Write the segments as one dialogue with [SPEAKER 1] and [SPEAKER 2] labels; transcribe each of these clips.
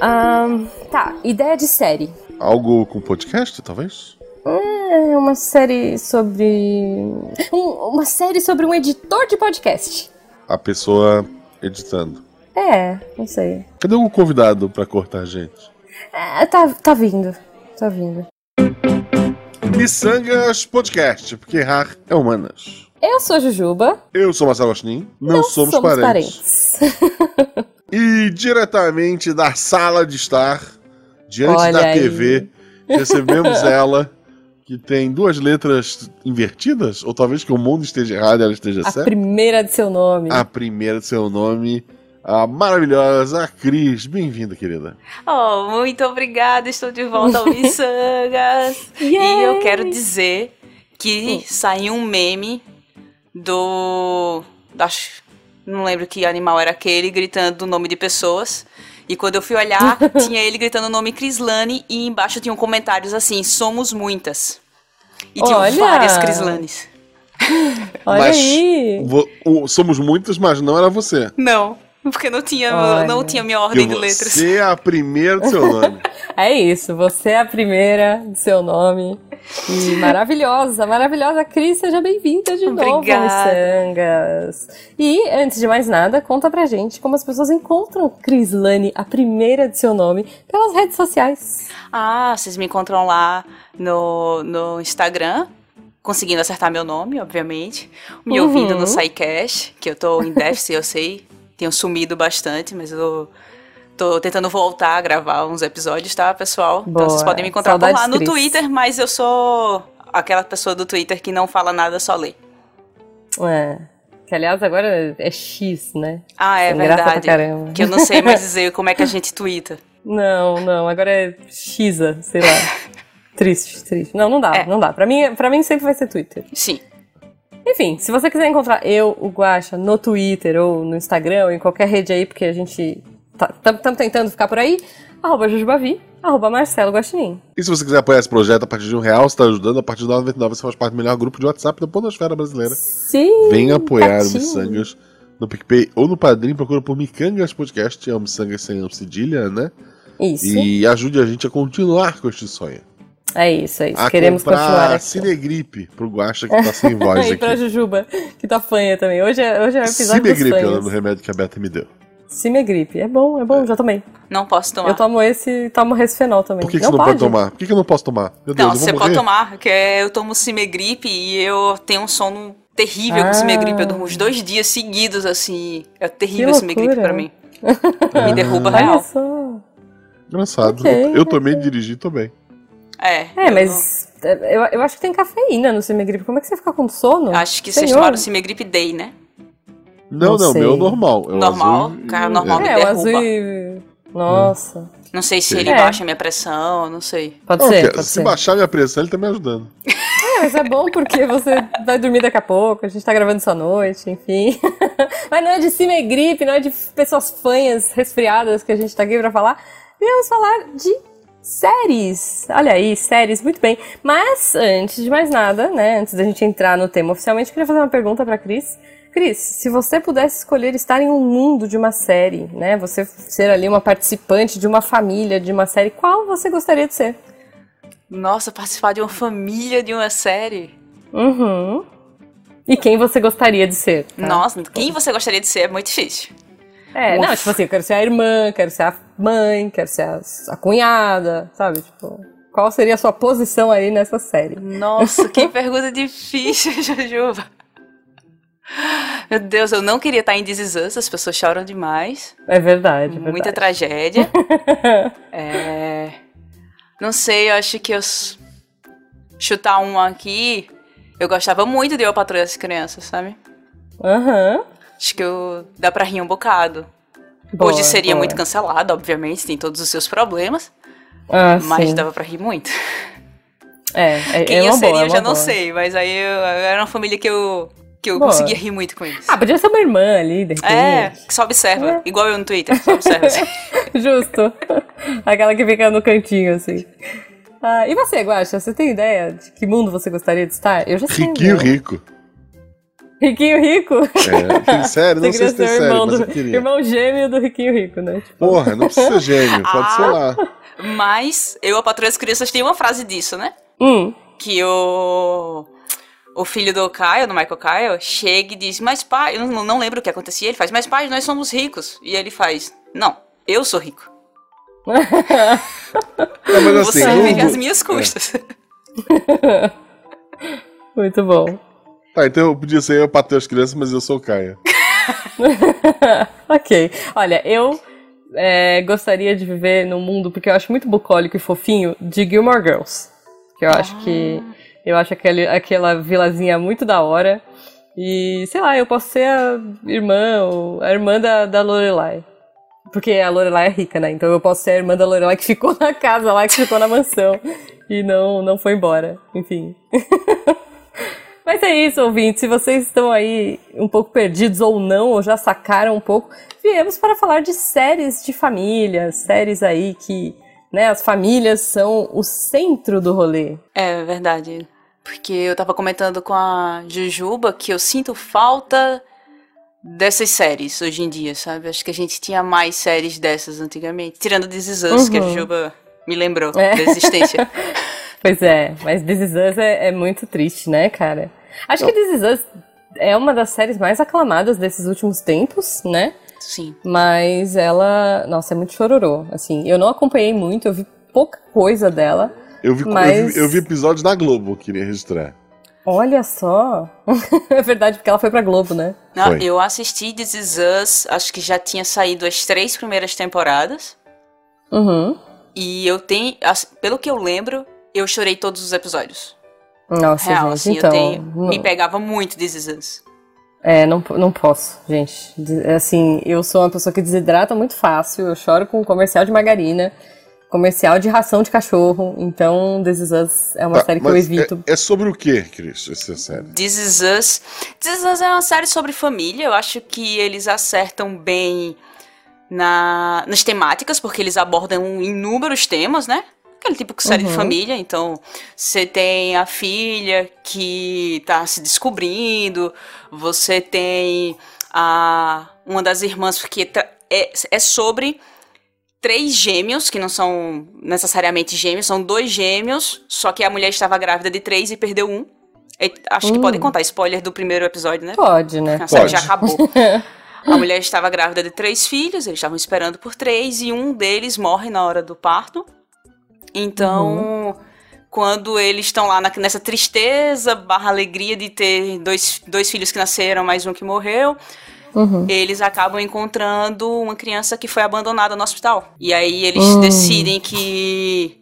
[SPEAKER 1] Ahn, tá, ideia de série.
[SPEAKER 2] Algo com podcast, talvez?
[SPEAKER 1] É uma série sobre. um- uma série sobre um editor de podcast.
[SPEAKER 2] A pessoa editando.
[SPEAKER 1] É, não sei.
[SPEAKER 2] Cadê o convidado pra cortar a gente?
[SPEAKER 1] É, tá, tá vindo. Tá vindo.
[SPEAKER 2] Missangas Podcast, porque errar é humanas.
[SPEAKER 1] Eu sou a Jujuba.
[SPEAKER 2] Eu sou Marcelo Agostinho, não, somos, parentes. E diretamente da sala de estar, diante
[SPEAKER 1] Olha
[SPEAKER 2] da
[SPEAKER 1] aí.
[SPEAKER 2] TV, recebemos ela, que tem duas letras invertidas, ou talvez que o mundo esteja errado e ela esteja
[SPEAKER 1] A
[SPEAKER 2] certa.
[SPEAKER 1] primeira de seu nome.
[SPEAKER 2] Tá A primeira de seu nome, a maravilhosa Cris. Bem-vinda, querida.
[SPEAKER 3] Oh, muito obrigada, estou de volta ao Missangas. E eu quero dizer
[SPEAKER 1] Hum.
[SPEAKER 3] que saiu um meme do. Acho, não lembro que animal era aquele, gritando o nome de pessoas. E quando eu fui olhar, tinha ele gritando o nome Crislane e embaixo tinham comentários assim: somos muitas. E tinham
[SPEAKER 1] Olha!
[SPEAKER 3] várias Crislanes.
[SPEAKER 1] Olha
[SPEAKER 2] Mas-
[SPEAKER 1] aí.
[SPEAKER 2] Vo- o- somos muitas, mas não era você.
[SPEAKER 3] Não, porque não tinha,
[SPEAKER 1] Olha.
[SPEAKER 3] não tinha minha
[SPEAKER 2] Porque
[SPEAKER 3] ordem de letras.
[SPEAKER 2] você é a primeira do seu nome.
[SPEAKER 1] É isso, você é a primeira de seu nome. E maravilhosa, maravilhosa Cris, seja bem-vinda de novo ao
[SPEAKER 3] Obrigada.
[SPEAKER 1] Missangas. E, antes de mais nada, conta pra gente como as pessoas encontram Cris Lane, a primeira de seu nome, pelas redes sociais.
[SPEAKER 3] Ah, vocês me encontram lá no, no Instagram, conseguindo acertar meu nome, obviamente. Me
[SPEAKER 1] Uhum.
[SPEAKER 3] ouvindo no SciCash, que eu tô em déficit, eu sei. Tenho sumido bastante, mas eu tô tentando voltar a gravar uns episódios, tá, pessoal?
[SPEAKER 1] Boa.
[SPEAKER 3] Então vocês podem me encontrar por
[SPEAKER 1] Saudades,
[SPEAKER 3] lá no
[SPEAKER 1] Cris.
[SPEAKER 3] Twitter, mas eu sou aquela pessoa do Twitter que não fala nada, só lê.
[SPEAKER 1] É, que, aliás, agora é X, né?
[SPEAKER 3] Ah, é
[SPEAKER 1] Tem graça pra
[SPEAKER 3] verdade.
[SPEAKER 1] caramba.
[SPEAKER 3] Que eu não sei mais dizer como é que a gente twitta.
[SPEAKER 1] Não, não, agora é Xa, sei lá. triste, triste. Não, não dá,
[SPEAKER 3] É.
[SPEAKER 1] não dá. Pra mim, pra mim sempre vai ser Twitter.
[SPEAKER 3] Sim.
[SPEAKER 1] Enfim, se você quiser encontrar eu, o Guaxa, no Twitter ou no Instagram, ou em qualquer rede aí, porque a gente tá tam- tam tentando ficar por aí, arroba Jujubavi, arroba Marcelo Guaxinim.
[SPEAKER 2] E se você quiser apoiar esse projeto a partir de um real, você está ajudando. A partir de 9,99 você faz parte do melhor grupo de WhatsApp da Podosfera Brasileira.
[SPEAKER 1] Sim!
[SPEAKER 2] Venha apoiar o
[SPEAKER 1] Patinho.
[SPEAKER 2] Missangas no PicPay ou no Padrim. Procura por Micangas Podcast, é o Missangas sem cedilha, né?
[SPEAKER 1] Isso,
[SPEAKER 2] E ajude a gente a continuar com este sonho.
[SPEAKER 1] é isso, é isso.
[SPEAKER 2] A
[SPEAKER 1] Queremos continuar
[SPEAKER 2] comprar
[SPEAKER 1] aqui.
[SPEAKER 2] Cinegripe pro Guaxa que tá sem voz
[SPEAKER 1] e pra
[SPEAKER 2] aqui.
[SPEAKER 1] Jujuba, que tá fanha também. Hoje é, hoje é um episódio dos
[SPEAKER 2] Cinegripe é o nome do
[SPEAKER 1] fanhas.
[SPEAKER 2] remédio que a Beta me deu.
[SPEAKER 1] Cimegripe. É bom, é bom, já tomei.
[SPEAKER 3] Não posso tomar.
[SPEAKER 1] Eu tomo esse e tomo resfenol também.
[SPEAKER 2] Por que, que
[SPEAKER 1] não
[SPEAKER 2] você não pode tomar? Por que, que eu não posso tomar? Meu Deus,
[SPEAKER 3] Não,
[SPEAKER 2] eu vou
[SPEAKER 3] você
[SPEAKER 2] morrer.
[SPEAKER 3] pode tomar, que é, eu tomo cimegripe e eu tenho um sono terrível
[SPEAKER 1] Ah.
[SPEAKER 3] com cimegripe. Eu durmo uns dois dias seguidos, assim. É terrível
[SPEAKER 1] Que
[SPEAKER 3] cimegripe
[SPEAKER 1] loucura.
[SPEAKER 3] pra mim.
[SPEAKER 2] Ah.
[SPEAKER 3] Me derruba
[SPEAKER 1] Olha
[SPEAKER 3] real.
[SPEAKER 1] só.
[SPEAKER 2] Engraçado.
[SPEAKER 1] Ok,
[SPEAKER 2] eu tomei de dirigir também.
[SPEAKER 3] É.
[SPEAKER 1] É,
[SPEAKER 3] eu
[SPEAKER 1] mas é, eu, eu acho que tem cafeína no Cimegripe. Como é que você fica com sono?
[SPEAKER 3] não- Acho que vocês
[SPEAKER 1] Senhor.
[SPEAKER 3] tomaram cimegripe day, né?
[SPEAKER 2] Não,
[SPEAKER 1] Não
[SPEAKER 2] não,
[SPEAKER 1] sei.
[SPEAKER 2] meu é o normal. É o
[SPEAKER 3] Normal,
[SPEAKER 2] azul e-
[SPEAKER 3] cara, normal.
[SPEAKER 1] É,
[SPEAKER 3] me
[SPEAKER 1] o
[SPEAKER 3] derruba.
[SPEAKER 1] azul e... Nossa.
[SPEAKER 3] Não sei se
[SPEAKER 2] Sim.
[SPEAKER 3] ele
[SPEAKER 1] É.
[SPEAKER 3] baixa a minha pressão, não sei.
[SPEAKER 1] Pode
[SPEAKER 2] Não,
[SPEAKER 1] ser,
[SPEAKER 2] porque
[SPEAKER 1] pode
[SPEAKER 2] se
[SPEAKER 1] ser.
[SPEAKER 2] é. baixar minha pressão, ele tá me ajudando.
[SPEAKER 1] É, mas é bom porque você vai dormir daqui a pouco, a gente tá gravando isso à noite, enfim. mas não é de cima é gripe, não é de pessoas fanhas, resfriadas que a gente tá aqui pra falar. Viemos falar de séries. Olha aí, séries, muito bem. Mas, antes de mais nada, né, antes da gente entrar no tema oficialmente, eu queria fazer uma pergunta pra Cris. Cris, se você pudesse escolher estar em um mundo de uma série, né, você ser ali uma participante de uma família, de uma série, qual você gostaria de ser?
[SPEAKER 3] Nossa, participar de uma família de uma série.
[SPEAKER 1] Uhum. E quem você gostaria de ser? tá?
[SPEAKER 3] Nossa, quem você gostaria de ser é muito difícil.
[SPEAKER 1] É,
[SPEAKER 3] Nossa.
[SPEAKER 1] não, tipo assim, eu quero ser a irmã, quero ser a mãe, quero ser a, a cunhada, sabe? Tipo, qual seria a sua posição aí nessa série?
[SPEAKER 3] Nossa, que pergunta difícil, Jujuba. Meu Deus, eu não queria estar em This Is Us, as pessoas choram demais.
[SPEAKER 1] É verdade, é verdade.
[SPEAKER 3] Muita tragédia. É, Não sei, eu acho que eu. s- Chutar um aqui. Eu gostava muito de Eu Patrulho as Crianças, sabe?
[SPEAKER 1] Aham.
[SPEAKER 3] Acho que eu... dá pra rir um bocado.
[SPEAKER 1] Boa,
[SPEAKER 3] Hoje seria
[SPEAKER 1] boa.
[SPEAKER 3] muito cancelado, obviamente, tem todos os seus problemas.
[SPEAKER 1] Ah,
[SPEAKER 3] Mas
[SPEAKER 1] sim.
[SPEAKER 3] dava pra rir muito.
[SPEAKER 1] É, é,
[SPEAKER 3] Quem
[SPEAKER 1] é
[SPEAKER 3] eu
[SPEAKER 1] uma
[SPEAKER 3] seria,
[SPEAKER 1] boa, é
[SPEAKER 3] eu
[SPEAKER 1] uma
[SPEAKER 3] já não
[SPEAKER 1] boa.
[SPEAKER 3] sei, mas aí eu... era uma família que eu, que eu
[SPEAKER 1] Boa.
[SPEAKER 3] conseguia rir muito com eles.
[SPEAKER 1] Ah, podia ser uma irmã ali, de repente.
[SPEAKER 3] É, que só observa. Igual eu no Twitter, só observa. assim.
[SPEAKER 1] Justo. Aquela que fica no cantinho, assim. Ah, e você, Guaxa, você tem ideia de que mundo você gostaria de estar? Eu já sei.
[SPEAKER 2] Riquinho
[SPEAKER 1] né?
[SPEAKER 2] rico.
[SPEAKER 1] Riquinho Rico?
[SPEAKER 2] É, tem série, não sei se tem série,
[SPEAKER 1] é irmão,
[SPEAKER 2] mas
[SPEAKER 1] do,
[SPEAKER 2] eu queria.
[SPEAKER 1] irmão gêmeo do Ah. Riquinho Rico, né? Tipo,
[SPEAKER 2] Porra, não precisa ser gêmeo, pode ser lá.
[SPEAKER 3] Mas eu, a Patrulha das Crianças, tem uma frase disso, né?
[SPEAKER 1] hum,
[SPEAKER 3] Que o. O filho do Kyle, do Michael Kyle, chega e diz: Mas pai, eu não, não lembro o que acontecia. Ele faz: Mas pai, nós somos ricos. E ele faz: Não, eu sou rico.
[SPEAKER 2] É, mas assim,
[SPEAKER 3] Você
[SPEAKER 2] não-
[SPEAKER 3] vive às minhas custas.
[SPEAKER 1] muito bom.
[SPEAKER 2] Tá, então eu podia ser eu pra ter as crianças, mas eu sou o Caia.
[SPEAKER 1] ok. Olha, eu é, gostaria de viver num mundo, porque eu acho muito bucólico e fofinho, de Gilmore Girls. Que eu acho que. Eu acho aquele, aquela vilazinha muito da hora. E, sei lá, eu posso ser a irmã, ou a irmã da, da Lorelai. Porque a Lorelai é rica, né? Então eu posso ser a irmã da Lorelai que ficou na casa lá, que ficou na mansão. E não, não foi embora. Enfim. Mas é isso, ouvintes. Se vocês estão aí um pouco perdidos ou não, ou já sacaram um pouco, viemos para falar de séries de família, séries aí que, né, as famílias são o centro do rolê.
[SPEAKER 3] É verdade. Porque eu tava comentando com a Jujuba que eu sinto falta dessas séries hoje em dia, sabe? Acho que a gente tinha mais séries dessas antigamente. Tirando This Is Us, que a
[SPEAKER 1] Uhum.
[SPEAKER 3] Jujuba me lembrou
[SPEAKER 1] É.
[SPEAKER 3] da existência.
[SPEAKER 1] Pois é, mas This Is Us é, é muito triste, né, cara? Acho que This Is Us é uma das séries mais aclamadas desses últimos tempos, né?
[SPEAKER 3] Sim.
[SPEAKER 1] Mas ela, nossa, é muito chororô. Assim, eu não acompanhei muito, eu vi pouca coisa dela.
[SPEAKER 2] Eu vi, eu
[SPEAKER 1] Mas-
[SPEAKER 2] vi- eu vi episódios na Globo, eu queria registrar.
[SPEAKER 1] Olha só. é verdade, porque ela foi pra Globo, né?
[SPEAKER 3] Não,
[SPEAKER 2] Foi.
[SPEAKER 3] eu assisti This Is Us, acho que já tinha saído as três primeiras temporadas.
[SPEAKER 1] Uhum.
[SPEAKER 3] E eu tenho. as- Pelo que eu lembro, eu chorei todos os episódios.
[SPEAKER 1] Nossa,
[SPEAKER 3] Real,
[SPEAKER 1] gente,
[SPEAKER 3] assim,
[SPEAKER 1] então.
[SPEAKER 3] eu tenho. Me
[SPEAKER 1] não-
[SPEAKER 3] pegava muito This Is Us.
[SPEAKER 1] É, não, po- não posso, gente. De- Assim, eu sou uma pessoa que desidrata muito fácil, eu choro com comercial de margarina, comercial de ração de cachorro, então This Is Us é uma
[SPEAKER 2] Tá,
[SPEAKER 1] série que
[SPEAKER 2] mas
[SPEAKER 1] eu evito.
[SPEAKER 2] É, é sobre o que, Cris, essa série?
[SPEAKER 3] This Is Us. This Is Us é uma série sobre família. Eu acho que eles acertam bem na, nas temáticas, porque eles abordam inúmeros temas, né? Aquele tipo de série de
[SPEAKER 1] Uhum.
[SPEAKER 3] família. Então, você tem a filha que tá se descobrindo, você tem a uma das irmãs que tra- é, é sobre três gêmeos, que não são necessariamente gêmeos, são dois gêmeos, só que a mulher estava grávida de três e perdeu um. E- acho que
[SPEAKER 1] Hum.
[SPEAKER 3] pode contar spoiler do primeiro episódio, né?
[SPEAKER 1] Pode, né?
[SPEAKER 3] A série já
[SPEAKER 2] Pode.
[SPEAKER 3] acabou. A mulher estava grávida de três filhos, eles estavam esperando por três, e um deles morre na hora do parto. Então, quando eles estão lá na- nessa tristeza barra alegria de ter dois, dois filhos que nasceram, mais um que morreu,
[SPEAKER 1] Uhum.
[SPEAKER 3] eles acabam encontrando uma criança que foi abandonada no hospital. E aí eles
[SPEAKER 1] Hum.
[SPEAKER 3] decidem que.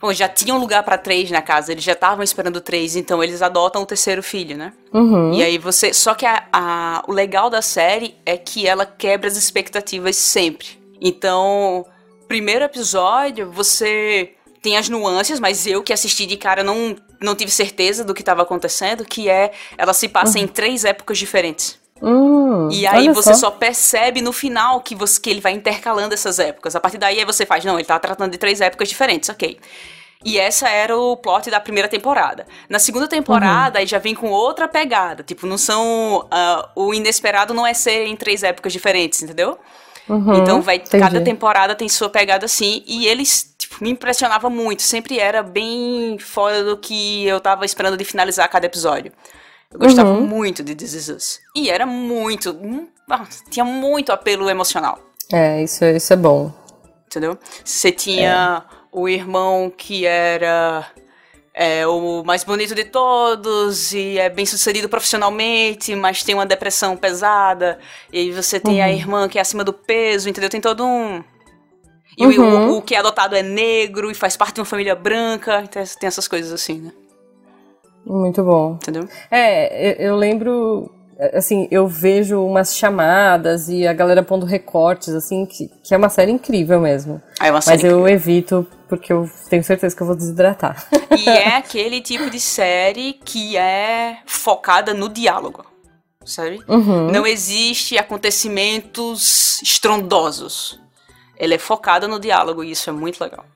[SPEAKER 3] Bom, já tinham lugar pra três na casa, eles já estavam esperando três, então eles adotam o terceiro filho, né?
[SPEAKER 1] Uhum.
[SPEAKER 3] E aí você. Só que a- a- o legal da série é que ela quebra as expectativas sempre. Então, primeiro episódio, você tem as nuances, mas eu que assisti de cara não, não tive certeza do que estava acontecendo, que é ela se passa em três épocas diferentes.
[SPEAKER 1] Hum,
[SPEAKER 3] E aí
[SPEAKER 1] olha
[SPEAKER 3] você só. percebe no final que, você, que ele vai intercalando essas épocas. A partir daí aí você faz, não, ele tá tratando de três épocas diferentes, ok. E essa era o plot da primeira temporada. Na segunda temporada, aí já vem com outra pegada. Tipo, não são. ah, o inesperado não é ser em três épocas diferentes, entendeu?
[SPEAKER 1] Uhum,
[SPEAKER 3] então vai.
[SPEAKER 1] entendi.
[SPEAKER 3] Cada temporada tem sua pegada assim. E eles, tipo, me impressionava muito. Sempre era bem fora do que eu tava esperando de finalizar cada episódio. Eu gostava
[SPEAKER 1] Uhum.
[SPEAKER 3] muito de This Is Us. E era muito. hum, ah, Tinha muito apelo emocional.
[SPEAKER 1] É, isso, isso é bom.
[SPEAKER 3] Entendeu? Você tinha
[SPEAKER 1] É.
[SPEAKER 3] o irmão que era é, o mais bonito de todos e é bem sucedido profissionalmente, mas tem uma depressão pesada. E aí você tem a
[SPEAKER 1] Uhum.
[SPEAKER 3] irmã que é acima do peso, entendeu? Tem todo um. E o-
[SPEAKER 1] Uhum.
[SPEAKER 3] o, o que é adotado é negro e faz parte de uma família branca. Então tem essas coisas assim, né?
[SPEAKER 1] Muito bom.
[SPEAKER 3] Entendeu?
[SPEAKER 1] É, eu, eu lembro, assim, eu vejo umas chamadas e a galera pondo recortes, assim, que, que é uma série incrível mesmo.
[SPEAKER 3] Aí é uma
[SPEAKER 1] Mas
[SPEAKER 3] série
[SPEAKER 1] eu evito, porque eu tenho certeza que eu vou desidratar.
[SPEAKER 3] E é aquele tipo de série que é focada no diálogo, sabe?
[SPEAKER 1] Uhum.
[SPEAKER 3] Não existe acontecimentos estrondosos. Ela é focada no diálogo e isso é muito legal.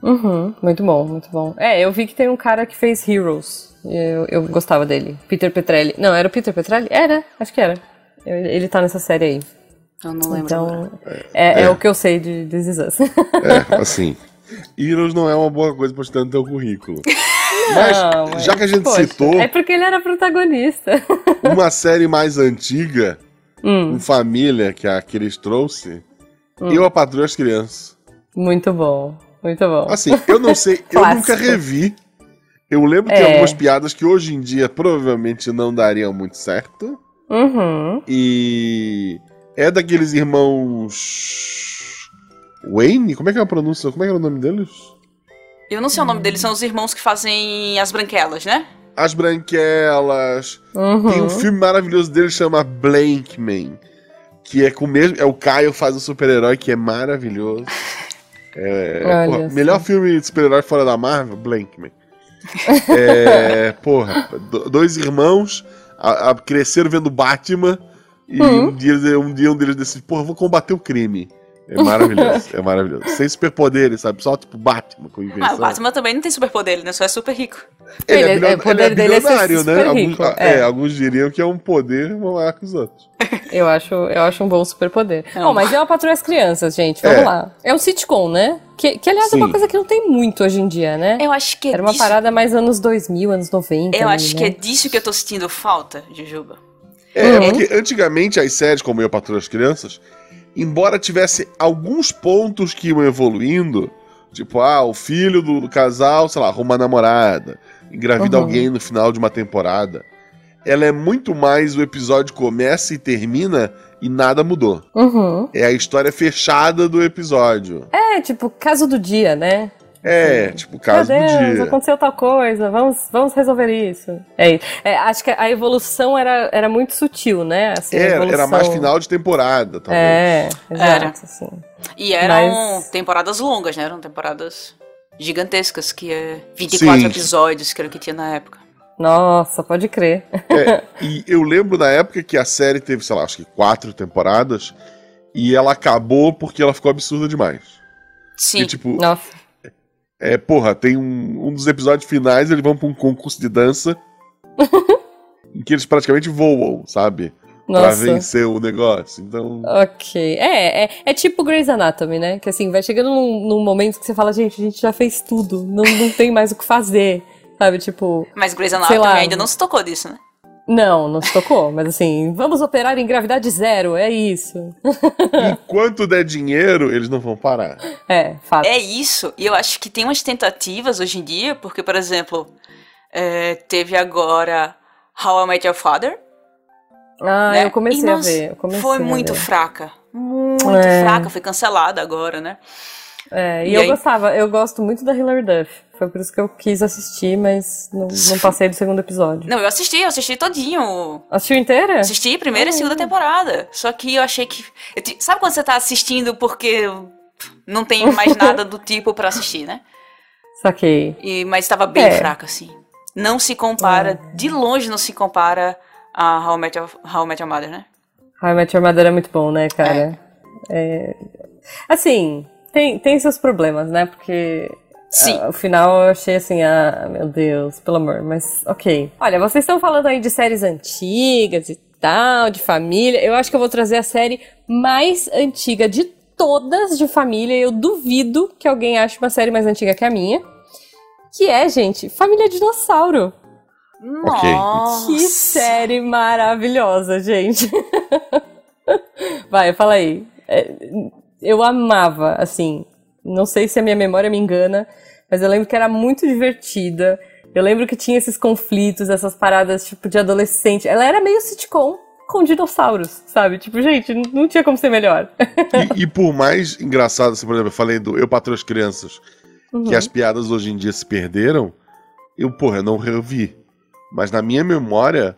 [SPEAKER 1] Uhum, muito bom, muito bom. É, eu vi que tem um cara que fez Heroes. Eu, eu gostava dele. Peter Petrelli. Não, era o Peter Petrelli? Era, acho que era. Ele, ele tá nessa série aí.
[SPEAKER 3] Eu não lembro.
[SPEAKER 1] Então, é, é, o que eu sei de This Is Us.
[SPEAKER 2] É, assim. Heroes não é uma boa coisa pra te ter no teu currículo. Mas,
[SPEAKER 1] Não,
[SPEAKER 2] já que a gente
[SPEAKER 1] poxa,
[SPEAKER 2] citou
[SPEAKER 1] É porque ele era protagonista.
[SPEAKER 2] uma série mais antiga,
[SPEAKER 1] Hum,
[SPEAKER 2] um família que a Cris trouxe, eu a patroa e as crianças.
[SPEAKER 1] muito bom. Muito bom.
[SPEAKER 2] Assim, eu não sei, eu nunca
[SPEAKER 1] Clássico.
[SPEAKER 2] revi. Eu lembro que
[SPEAKER 1] É.
[SPEAKER 2] algumas piadas que hoje em dia provavelmente não dariam muito certo.
[SPEAKER 1] Uhum.
[SPEAKER 2] E é daqueles irmãos. Wayne? Como é que é a pronúncia? Como é que era o nome deles?
[SPEAKER 3] Eu não sei o nome deles, são os irmãos que fazem as branquelas, né?
[SPEAKER 2] As Branquelas.
[SPEAKER 1] Uhum.
[SPEAKER 2] Tem um filme maravilhoso dele que chama Blankman, que é com o mesmo, é o Caio faz o super-herói que é maravilhoso. É,
[SPEAKER 1] Olha
[SPEAKER 2] porra,
[SPEAKER 1] só.
[SPEAKER 2] melhor filme de super-herói fora da Marvel, Blankman. É, porra, do- dois irmãos a- a- cresceram vendo Batman e
[SPEAKER 1] Uhum.
[SPEAKER 2] um, dia, um dia um deles decide, porra, eu vou combater o crime. É maravilhoso, é maravilhoso. Sem superpoderes, sabe? Só tipo Batman com
[SPEAKER 3] Ah,
[SPEAKER 2] invenção.
[SPEAKER 3] o Batman também não tem superpoder, ele né? só é super rico.
[SPEAKER 1] Ele é-
[SPEAKER 2] bilio-
[SPEAKER 1] o poder dele é ser super
[SPEAKER 2] Alguns,
[SPEAKER 1] rico,
[SPEAKER 2] ah, é,
[SPEAKER 1] é.
[SPEAKER 2] alguns diriam que é um poder maior que os outros.
[SPEAKER 1] Eu acho, eu acho um bom superpoder.
[SPEAKER 3] É um-
[SPEAKER 1] Bom, mas é uma patrulha às crianças, gente. Vamos
[SPEAKER 2] É.
[SPEAKER 1] lá. É um sitcom, né? Que, que aliás, é uma
[SPEAKER 2] Sim.
[SPEAKER 1] coisa que não tem muito hoje em dia, né?
[SPEAKER 3] Eu acho que é
[SPEAKER 1] Era uma
[SPEAKER 3] disso-
[SPEAKER 1] parada mais anos 2000, anos 90.
[SPEAKER 3] Eu
[SPEAKER 1] ali,
[SPEAKER 3] acho
[SPEAKER 1] né?
[SPEAKER 3] que é disso que eu tô sentindo falta, Jujuba.
[SPEAKER 2] É,
[SPEAKER 1] Uhum.
[SPEAKER 2] porque antigamente as séries como Eu Patrulho as Crianças, embora tivesse alguns pontos que iam evoluindo, tipo, ah, o filho do, do casal, sei lá, arruma uma namorada, engravida
[SPEAKER 1] Uhum.
[SPEAKER 2] alguém no final de uma temporada, ela é muito mais o episódio começa e termina e nada mudou.
[SPEAKER 1] Uhum.
[SPEAKER 2] É a história fechada do episódio.
[SPEAKER 1] É, tipo, caso do dia, né?
[SPEAKER 2] É, tipo, caso
[SPEAKER 1] Meu Deus,
[SPEAKER 2] do dia.
[SPEAKER 1] aconteceu tal coisa, vamos, vamos resolver isso. É, isso. É, acho que a evolução era, era muito sutil, né? Assim, a
[SPEAKER 2] Era, era
[SPEAKER 1] evolução-
[SPEAKER 2] mais final de temporada, talvez.
[SPEAKER 1] É, exato,
[SPEAKER 3] Era.
[SPEAKER 1] assim.
[SPEAKER 3] E eram
[SPEAKER 1] Mas-
[SPEAKER 3] temporadas longas, né? Eram temporadas gigantescas, que é 24
[SPEAKER 2] Sim.
[SPEAKER 3] episódios, que era o que tinha na época.
[SPEAKER 1] Nossa, pode crer.
[SPEAKER 2] É, e eu lembro da época que a série teve, sei lá, acho que quatro temporadas, e ela acabou porque ela ficou absurda demais.
[SPEAKER 3] Sim.
[SPEAKER 2] E tipo,
[SPEAKER 1] Nossa.
[SPEAKER 2] é, porra, tem um, um dos episódios finais, eles vão pra um concurso de dança em que eles praticamente voam, sabe? Pra
[SPEAKER 1] Nossa.
[SPEAKER 2] vencer o negócio. Então.
[SPEAKER 1] Ok. É, é, é tipo Grey's Anatomy, né? Que assim, vai chegando num, num momento que você fala, gente, a gente já fez tudo, não, não tem mais o que fazer. Sabe, tipo,
[SPEAKER 3] Mas Grey's
[SPEAKER 1] Sei
[SPEAKER 3] Anatomy
[SPEAKER 1] lá.
[SPEAKER 3] ainda não se tocou disso, né?
[SPEAKER 1] não, não se tocou, mas assim, vamos operar em gravidade zero, é isso.
[SPEAKER 2] Enquanto der dinheiro, eles não vão parar.
[SPEAKER 1] É, fato.
[SPEAKER 3] É isso. E eu acho que tem umas tentativas hoje em dia, porque, por exemplo, é, teve agora How I Met Your Father.
[SPEAKER 1] Ah,
[SPEAKER 3] né?
[SPEAKER 1] eu comecei
[SPEAKER 3] E,
[SPEAKER 1] a
[SPEAKER 3] nossa,
[SPEAKER 1] ver. Eu comecei
[SPEAKER 3] foi
[SPEAKER 1] a
[SPEAKER 3] muito
[SPEAKER 1] ver.
[SPEAKER 3] fraca. Muito
[SPEAKER 1] É.
[SPEAKER 3] fraca. Foi cancelada agora, né?
[SPEAKER 1] É, e,
[SPEAKER 3] E
[SPEAKER 1] eu
[SPEAKER 3] aí?
[SPEAKER 1] gostava, eu gosto muito da Hilary Duff. Foi por isso que eu quis assistir, mas não, não passei do segundo episódio.
[SPEAKER 3] Não, eu assisti, eu assisti todinho.
[SPEAKER 1] Assistiu inteira?
[SPEAKER 3] Assisti a primeira e segunda temporada. Só que eu achei que. eu ti- Sabe quando você tá assistindo porque não tem mais nada do tipo pra assistir, né?
[SPEAKER 1] Saquei.
[SPEAKER 3] E, mas estava bem
[SPEAKER 1] É. Ah.
[SPEAKER 3] fraca, assim. Não se compara, de longe não se compara a How I Met Your, How I Met Your Mother, né?
[SPEAKER 1] How I Met Your Mother é muito bom, né, cara? É. Assim, tem, tem seus problemas, né? Porque
[SPEAKER 3] Sim.
[SPEAKER 1] ah, o final eu achei assim, ah, meu Deus, pelo amor, mas ok. Olha, vocês estão falando aí de séries antigas e tal, de família. Eu acho que eu vou trazer a série mais antiga de todas de família. Eu duvido que alguém ache uma série mais antiga que a minha. Que é, gente, Família Dinossauro.
[SPEAKER 3] Nossa.
[SPEAKER 1] Que série maravilhosa, gente. Vai, fala aí. É, Eu amava, assim. Não sei se a minha memória me engana, mas eu lembro que era muito divertida. Eu lembro que tinha esses conflitos, essas paradas tipo de adolescente. Ela era meio sitcom com dinossauros, sabe? Tipo, gente, não não tinha como ser melhor.
[SPEAKER 2] E, e por mais engraçado, assim, por exemplo, eu falei do Eu Patrulho as Crianças, Uhum.
[SPEAKER 1] Uhum.
[SPEAKER 2] que as piadas hoje em dia se perderam, eu, porra, eu não revi. Mas na minha memória,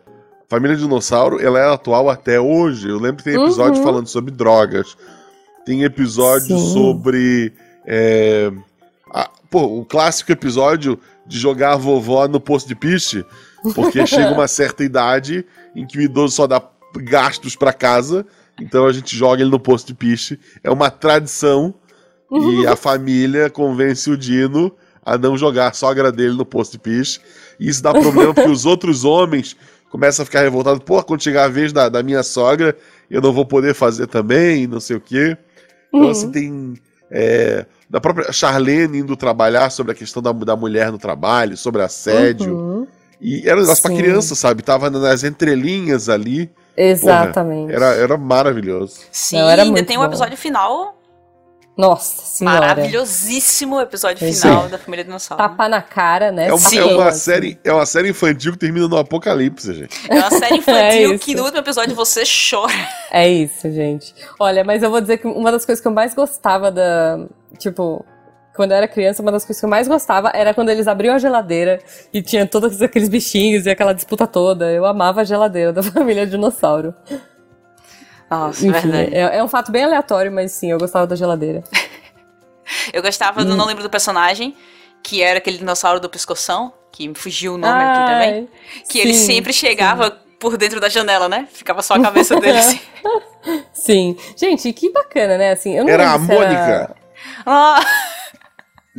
[SPEAKER 2] Família Dinossauro, ela é atual até hoje. Eu lembro que tem episódio
[SPEAKER 1] Uhum.
[SPEAKER 2] falando sobre drogas. Tem episódio
[SPEAKER 1] Sim.
[SPEAKER 2] sobre... é, a- pô, o clássico episódio de jogar a vovó no posto de piche, porque chega uma certa idade em que o idoso só dá gastos pra casa, então a gente joga ele no posto de piche. É uma tradição e a família convence o Dino a não jogar a sogra dele no posto de piche. E isso dá problema porque os outros homens começam a ficar revoltados. Pô, quando chegar a vez da, da minha sogra, eu não vou poder fazer também, não sei o quê. Então,
[SPEAKER 1] Uhum.
[SPEAKER 2] assim, tem. é, da própria Charlene indo trabalhar sobre a questão da, da mulher no trabalho, sobre assédio.
[SPEAKER 1] Uhum.
[SPEAKER 2] E era um negócio pra
[SPEAKER 1] Sim.
[SPEAKER 2] criança, sabe? Tava nas entrelinhas ali.
[SPEAKER 1] Exatamente.
[SPEAKER 2] Era, é era maravilhoso.
[SPEAKER 3] Sim,
[SPEAKER 1] Não, era
[SPEAKER 3] ainda
[SPEAKER 1] muito
[SPEAKER 3] tem um
[SPEAKER 1] bom.
[SPEAKER 3] episódio final
[SPEAKER 1] Nossa senhora.
[SPEAKER 3] maravilhosíssimo episódio
[SPEAKER 1] Sim.
[SPEAKER 3] final da família dinossauro.
[SPEAKER 1] Tapa na cara, né?
[SPEAKER 2] É uma,
[SPEAKER 3] Sim.
[SPEAKER 2] é uma
[SPEAKER 1] Tapa.
[SPEAKER 2] série, é uma série infantil que termina no apocalipse, gente.
[SPEAKER 3] É uma série infantil
[SPEAKER 1] É isso.
[SPEAKER 3] que no último episódio você chora.
[SPEAKER 1] É isso, gente. Olha, mas eu vou dizer que uma das coisas que eu mais gostava da. Tipo, quando eu era criança, uma das coisas que eu mais gostava era quando eles abriam a geladeira e tinha todos aqueles bichinhos e aquela disputa toda. Eu amava a geladeira da família dinossauro.
[SPEAKER 3] Nossa,
[SPEAKER 1] Enfim, é, é um fato bem aleatório, mas sim, eu gostava da geladeira.
[SPEAKER 3] Eu gostava
[SPEAKER 1] Hum.
[SPEAKER 3] do Não Lembro do Personagem, que era aquele dinossauro do pescoção, que me fugiu o nome aqui Um também.
[SPEAKER 1] Ai,
[SPEAKER 3] Que ele
[SPEAKER 1] Ah, sim,
[SPEAKER 3] sempre chegava por dentro da janela, né? Ficava só a cabeça dele assim.
[SPEAKER 1] Sim. Gente, que bacana, né? Assim, eu não
[SPEAKER 2] Era a
[SPEAKER 1] lembro se
[SPEAKER 2] Mônica.
[SPEAKER 3] Ah,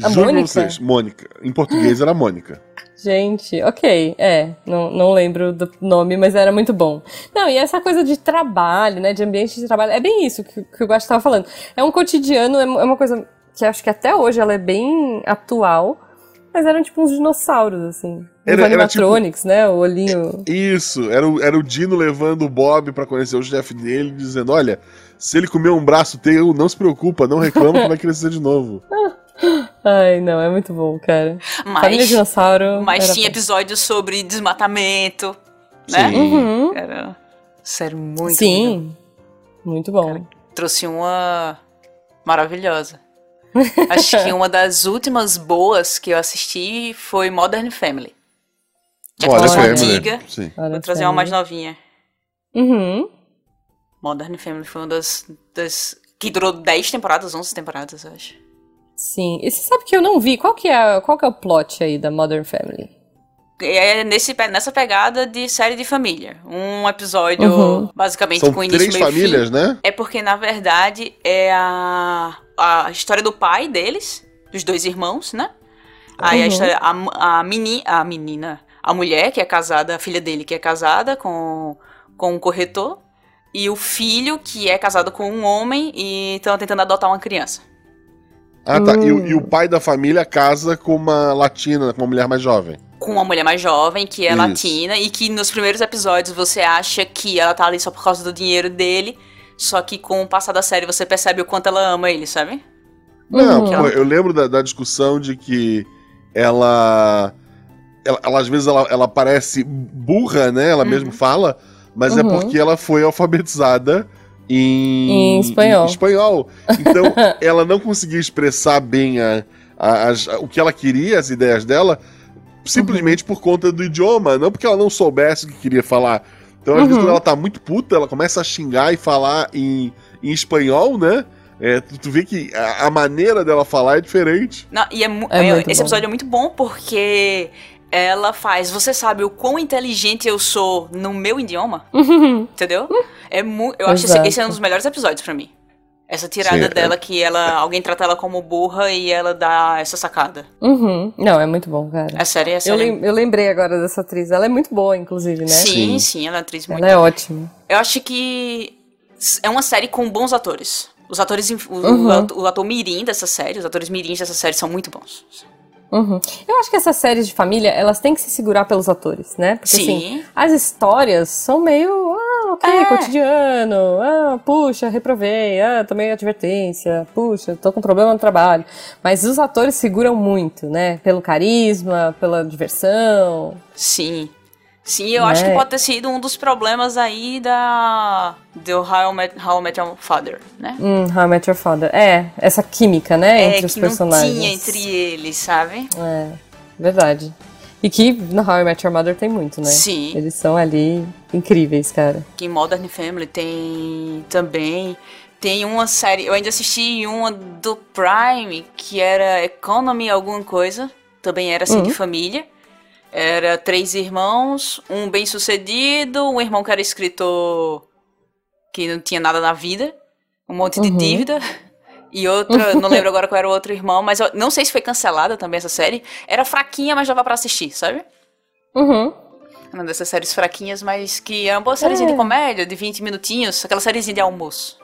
[SPEAKER 1] A
[SPEAKER 2] Juro pra
[SPEAKER 1] Mônica?
[SPEAKER 2] vocês, Mônica. Em português era Mônica.
[SPEAKER 1] Gente, ok, é, não, não lembro do nome, mas era muito bom. Não, e essa coisa de trabalho, né, de ambiente de trabalho, é bem isso que, que o Guacho estava falando. É um cotidiano, é, mu- é uma coisa que acho que até hoje ela é bem atual, mas eram tipo uns dinossauros, assim. Os
[SPEAKER 2] Era- tipo era
[SPEAKER 1] animatronics, né, o olhinho.
[SPEAKER 2] Isso, era o, era o Dino levando o Bob pra conhecer o chefe dele, dizendo: Olha, se ele comer um braço teu, não se preocupa, não reclama que vai crescer de novo.
[SPEAKER 1] Ai, não, é muito bom, cara. Família
[SPEAKER 3] mas,
[SPEAKER 1] Dinossauro.
[SPEAKER 3] mas
[SPEAKER 1] era
[SPEAKER 3] tinha
[SPEAKER 1] bom.
[SPEAKER 3] episódios sobre desmatamento, né?
[SPEAKER 2] Sim.
[SPEAKER 1] Uhum,
[SPEAKER 3] Era sério muito. lindo.
[SPEAKER 1] sim, muito bom.
[SPEAKER 3] Trouxe uma maravilhosa. Acho que uma das últimas boas que eu assisti foi Modern Family. Já que
[SPEAKER 2] Olha, é
[SPEAKER 3] eu sou
[SPEAKER 1] Family.
[SPEAKER 3] antiga,
[SPEAKER 2] Sim.
[SPEAKER 1] Olha,
[SPEAKER 3] vou trazer uma mais
[SPEAKER 1] sério.
[SPEAKER 3] novinha.
[SPEAKER 1] Uhum.
[SPEAKER 3] Modern Family foi uma das. das que durou 10 temporadas, 11 temporadas, eu acho.
[SPEAKER 1] Sim. E você sabe que eu não vi. Qual que é, qual que é o plot aí da Modern Family?
[SPEAKER 3] É nesse, pe- nessa pegada de série de família. Um episódio,
[SPEAKER 1] Uhum.
[SPEAKER 3] basicamente,
[SPEAKER 2] São
[SPEAKER 3] com início
[SPEAKER 2] três
[SPEAKER 3] meio e fim.
[SPEAKER 2] famílias, né?
[SPEAKER 3] É porque, na verdade, é a, a história do pai deles, dos dois irmãos, né? Aí a
[SPEAKER 1] Uhum.
[SPEAKER 3] história. A, mu- a, meni, a menina. A mulher que é casada, a filha dele que é casada com, com um corretor. E o filho que é casado com um homem e estão tentando adotar uma criança.
[SPEAKER 2] Ah, tá. E, o-
[SPEAKER 1] Hum.
[SPEAKER 2] e o pai da família casa com uma latina, com uma mulher mais jovem.
[SPEAKER 3] com uma mulher mais jovem, que é
[SPEAKER 2] Isso.
[SPEAKER 3] latina, e que nos primeiros episódios você acha que ela tá ali só por causa do dinheiro dele. Só que com o passar da série você percebe o quanto ela ama ele, sabe?
[SPEAKER 2] Não,
[SPEAKER 1] Uhum.
[SPEAKER 2] pô, eu lembro da, da discussão de que ela, ela, ela, às vezes ela, ela parece burra, né? Ela
[SPEAKER 3] Uhum.
[SPEAKER 2] mesmo fala, mas é
[SPEAKER 1] Uhum.
[SPEAKER 2] porque ela foi alfabetizada em,
[SPEAKER 1] Em espanhol.
[SPEAKER 2] em espanhol. Então ela não conseguia expressar bem a, a- as- o que ela queria, as ideias dela, simplesmente por conta do idioma, não porque ela não soubesse o que queria falar. Então, às vezes,
[SPEAKER 1] Uhum.
[SPEAKER 2] quando ela tá muito puta, ela começa a xingar e falar em, em espanhol, né? É, tu, tu vê que a, a maneira dela falar é diferente.
[SPEAKER 3] Não, e é mu-
[SPEAKER 1] É
[SPEAKER 3] é-
[SPEAKER 1] muito
[SPEAKER 3] esse
[SPEAKER 1] bom.
[SPEAKER 3] episódio é muito bom porque ela faz. Você sabe o quão inteligente eu sou no meu idioma, entendeu? É mu eu acho esse,
[SPEAKER 1] Exato.
[SPEAKER 3] esse é um dos melhores episódios pra mim. Essa tirada
[SPEAKER 2] Sim, é.
[SPEAKER 3] dela que ela alguém trata ela como burra e ela dá essa sacada.
[SPEAKER 1] Uhum. Não, é muito bom, cara.
[SPEAKER 3] É sério, é
[SPEAKER 1] Eu,
[SPEAKER 3] sério.
[SPEAKER 1] lem- eu lembrei agora dessa atriz. Ela é muito boa, inclusive, né?
[SPEAKER 3] Sim,
[SPEAKER 2] Sim.
[SPEAKER 3] sim, ela é uma atriz muito
[SPEAKER 1] Ela é ótima.
[SPEAKER 3] Eu acho que é uma série com bons atores. Os atores. inf- O,
[SPEAKER 1] Uhum.
[SPEAKER 3] o ato- o ator Mirim dessa série, os atores Mirins dessa série são muito bons.
[SPEAKER 1] Uhum. Eu acho que essas séries de família, elas têm que se segurar pelos atores, né? Porque assim,
[SPEAKER 3] Sim.
[SPEAKER 1] as histórias são meio. Ah, ok,
[SPEAKER 3] É.
[SPEAKER 1] cotidiano. Ah, puxa, reprovei. Ah, tomei advertência. Puxa, tô com problema no trabalho. Mas os atores seguram muito, né? Pelo carisma, pela diversão.
[SPEAKER 3] Sim. Sim, eu
[SPEAKER 1] Né?
[SPEAKER 3] acho que pode ter sido um dos problemas aí da. Do How I Met, How I Met Your Father, né?
[SPEAKER 1] Hum, How I Met Your Father. É, essa química, né?
[SPEAKER 3] é,
[SPEAKER 1] entre
[SPEAKER 3] que
[SPEAKER 1] os
[SPEAKER 3] não
[SPEAKER 1] personagens.
[SPEAKER 3] tinha entre eles, sabe?
[SPEAKER 1] É, verdade. E que no How I Met Your Mother tem muito, né?
[SPEAKER 3] Sim.
[SPEAKER 1] Eles são ali incríveis, cara.
[SPEAKER 3] Que em Modern Family tem também. Tem uma série. Eu ainda assisti uma do Prime que era Economy alguma coisa. Também era assim de família. Era três irmãos, um bem sucedido, um irmão que era escritor que não tinha nada na vida, um monte de
[SPEAKER 1] Uhum.
[SPEAKER 3] dívida. E outra, não lembro agora qual era o outro irmão, mas eu não sei se foi cancelada também essa série. Era fraquinha, mas dava pra assistir, sabe?
[SPEAKER 1] Uhum.
[SPEAKER 3] Era Uma dessas séries fraquinhas, mas que era uma boa sériezinha
[SPEAKER 1] É.
[SPEAKER 3] de comédia, de 20 minutinhos, aquela sériezinha de almoço.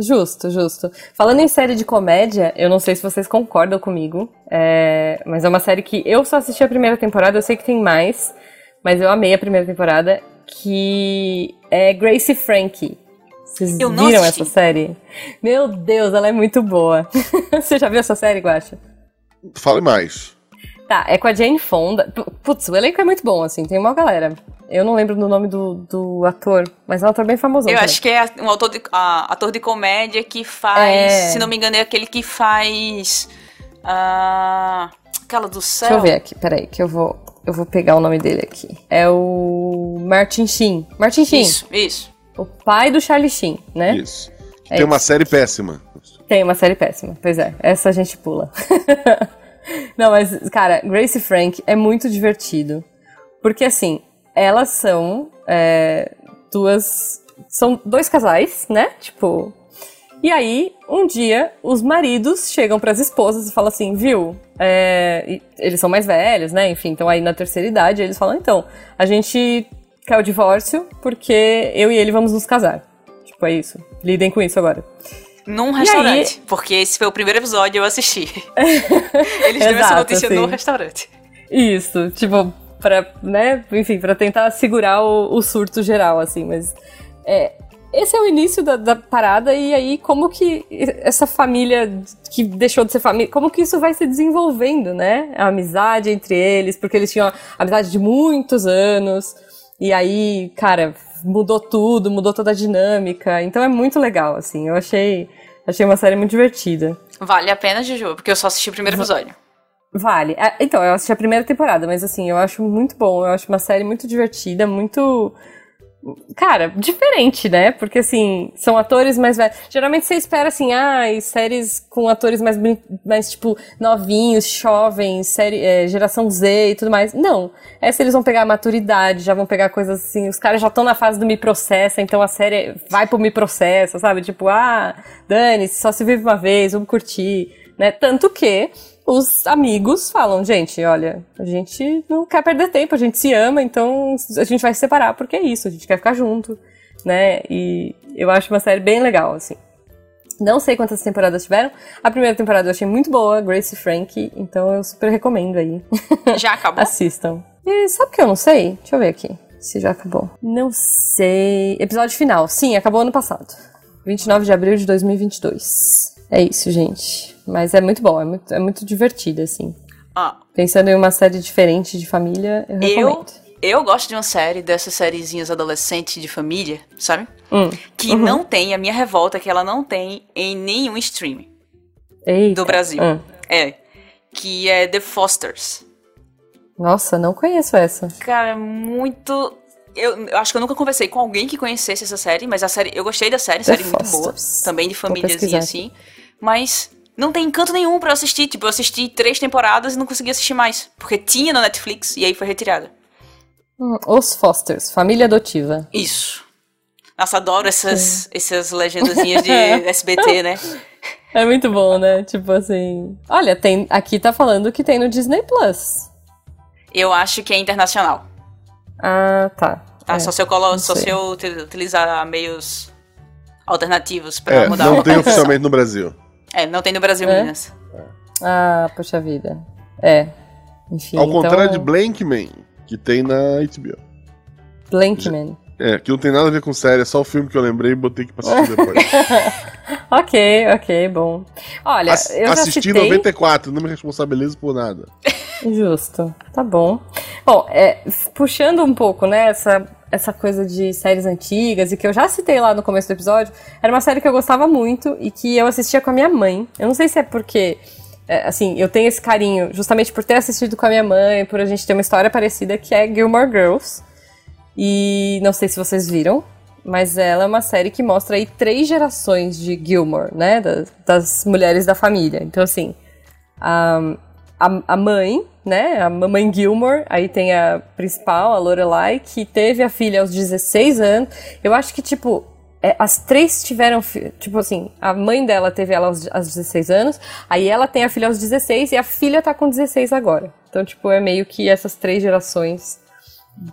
[SPEAKER 1] Justo, justo. Falando em série de comédia, eu não sei se vocês concordam comigo, é, mas é uma série que eu só assisti a primeira temporada, eu sei que tem mais, mas eu amei a primeira temporada, que é Grace Frankie. Vocês
[SPEAKER 3] Eu não
[SPEAKER 1] viram
[SPEAKER 3] assisti.
[SPEAKER 1] essa série? Meu Deus, ela é muito boa. Você já viu essa série, Guacha?
[SPEAKER 2] Fale mais.
[SPEAKER 1] Tá, é com a Jane Fonda. P- Putz, o elenco é muito bom, assim, tem uma galera. Eu não lembro do nome do, do ator, mas é um ator bem famoso.
[SPEAKER 3] eu acho que é um autor de, a- ator de comédia que faz,
[SPEAKER 1] É.
[SPEAKER 3] se não me engano, é aquele que faz. ah, aquela do céu.
[SPEAKER 1] Deixa eu ver aqui, peraí, que eu vou, eu vou pegar o nome dele aqui. É o Martin Sheen. Martin Sheen,
[SPEAKER 3] Isso, isso.
[SPEAKER 1] o pai do Charlie Sheen, né?
[SPEAKER 2] Isso.
[SPEAKER 1] É
[SPEAKER 2] Tem uma série péssima.
[SPEAKER 1] Tem uma série péssima, pois é, essa a gente pula. Não, mas, cara, Grace e Frank é muito divertido. Porque, assim, elas são é, duas. São dois casais, né? Tipo. E aí, um dia, os maridos chegam pras esposas e falam assim, viu? é, e eles são mais velhos, né? Enfim, estão aí na terceira idade. Eles falam, então, a gente quer o divórcio porque eu e ele vamos nos casar. Tipo, é isso. Lidem com isso agora.
[SPEAKER 3] Num
[SPEAKER 1] aí-
[SPEAKER 3] restaurante. Porque esse foi o primeiro episódio eu assisti. Eles deram essa
[SPEAKER 1] Exato,
[SPEAKER 3] notícia no
[SPEAKER 1] sim.
[SPEAKER 3] restaurante.
[SPEAKER 1] Isso, tipo, pra, né, enfim, pra tentar segurar o, o surto geral, assim, mas é, esse é o início da, da parada e aí como que essa família que deixou de ser família, como que isso vai se desenvolvendo, né, a amizade entre eles, porque eles tinham amizade de muitos anos e aí, cara, mudou tudo, mudou toda a dinâmica, então é muito legal, assim, eu achei, achei uma série muito divertida.
[SPEAKER 3] Vale a pena, Juju, porque eu só assisti o primeiro episódio.
[SPEAKER 1] Vale. Ah, Então, eu assisti a primeira temporada, mas assim, eu acho muito bom. Eu acho uma série muito divertida, muito. Cara, diferente, né? Porque assim, são atores mais velhos. Geralmente você espera assim, ah, séries com atores mais, boni- mais tipo, novinhos, jovens, série, é, geração Z e tudo mais. Não. Essa É, eles vão pegar a maturidade, já vão pegar coisas assim. Os caras já estão na fase do me processa, então a série vai pro me processa, sabe? Tipo, ah, Dani, só se vive uma vez, vamos curtir, né? Tanto que os amigos falam, gente, olha, a gente não quer perder tempo, a gente se ama, então a gente vai se separar porque é isso, a gente quer ficar junto, né? E eu acho uma série bem legal, assim. Não sei quantas temporadas tiveram. A primeira temporada eu achei muito boa, Grace e Frank, então eu super recomendo aí.
[SPEAKER 3] Já acabou?
[SPEAKER 1] Assistam. E sabe o que eu não sei? Deixa eu ver aqui se já acabou. Não sei. Episódio final. Sim, acabou ano passado. 29 de abril de 2022. É isso, gente. Mas é muito bom, é muito, é muito divertido, assim.
[SPEAKER 3] Ó,
[SPEAKER 1] Pensando em uma série diferente de família, eu recomendo.
[SPEAKER 3] eu gosto de uma série, dessas sériezinhas adolescentes de família, sabe?
[SPEAKER 1] Hum.
[SPEAKER 3] Que não tem, a minha revolta é que ela não tem em nenhum streaming
[SPEAKER 1] Eita.
[SPEAKER 3] do Brasil.
[SPEAKER 1] Hum.
[SPEAKER 3] É. Que é The Fosters.
[SPEAKER 1] Nossa, não conheço essa.
[SPEAKER 3] Cara, é muito. Eu, eu acho que eu nunca conversei com alguém que conhecesse essa série, mas a série. Eu gostei da série, série muito boa.
[SPEAKER 1] Fosters.
[SPEAKER 3] Também de
[SPEAKER 1] pesquisar
[SPEAKER 3] famíliazinha,
[SPEAKER 1] aqui.
[SPEAKER 3] assim. Mas não tem encanto nenhum pra eu assistir. Tipo, eu assisti três temporadas e não consegui assistir mais. Porque tinha na Netflix e aí foi retirada.
[SPEAKER 1] Hum, Os Fosters, família adotiva.
[SPEAKER 3] Isso. Nossa, adoro essas, essas legendazinhas de SBT, né?
[SPEAKER 1] É muito bom, né? Tipo assim. Olha, tem aqui tá falando que tem no Disney Plus.
[SPEAKER 3] Eu acho que é internacional.
[SPEAKER 1] Ah, tá.
[SPEAKER 3] Tá?
[SPEAKER 1] É.
[SPEAKER 3] Só se eu, colo,
[SPEAKER 1] não
[SPEAKER 3] só se
[SPEAKER 1] sei.
[SPEAKER 3] eu uti- utilizar meios alternativos pra
[SPEAKER 2] É,
[SPEAKER 3] mudar
[SPEAKER 2] não
[SPEAKER 3] o-
[SPEAKER 2] tem oficialmente no Brasil.
[SPEAKER 3] É, não tem no Brasil,
[SPEAKER 1] É?
[SPEAKER 3] Minas.
[SPEAKER 1] Ah, poxa vida. É. Enfim,
[SPEAKER 2] Ao
[SPEAKER 1] então,
[SPEAKER 2] contrário de Blankman, que tem na HBO.
[SPEAKER 1] Blankman.
[SPEAKER 2] É, que não tem nada a ver com série, é só o filme que eu lembrei e botei aqui pra assistir depois.
[SPEAKER 1] Ok, ok, bom. Olha,
[SPEAKER 2] Ass-
[SPEAKER 1] eu já
[SPEAKER 2] assisti em
[SPEAKER 1] citei...
[SPEAKER 2] 94, não me responsabilizo por nada.
[SPEAKER 1] Justo, tá bom. Bom, é, f- puxando um pouco, né, essa, essa coisa de séries antigas e que eu já citei lá no começo do episódio, era uma série que eu gostava muito e que eu assistia com a minha mãe. Eu não sei se é porque, é, assim, eu tenho esse carinho justamente por ter assistido com a minha mãe, por a gente ter uma história parecida, que é Gilmore Girls. E não sei se vocês viram, mas ela é uma série que mostra aí três gerações de Gilmore, né, das, das mulheres da família. Então, assim, a, a mãe, né? A mamãe Gilmore, aí tem a principal, a Lorelai, que teve a filha aos 16 anos. Eu acho que, tipo, é, as três tiveram, fi- tipo assim, a mãe dela teve ela aos, aos 16 anos, aí ela tem a filha aos 16 e a filha tá com 16 agora. Então, tipo, é meio que essas três gerações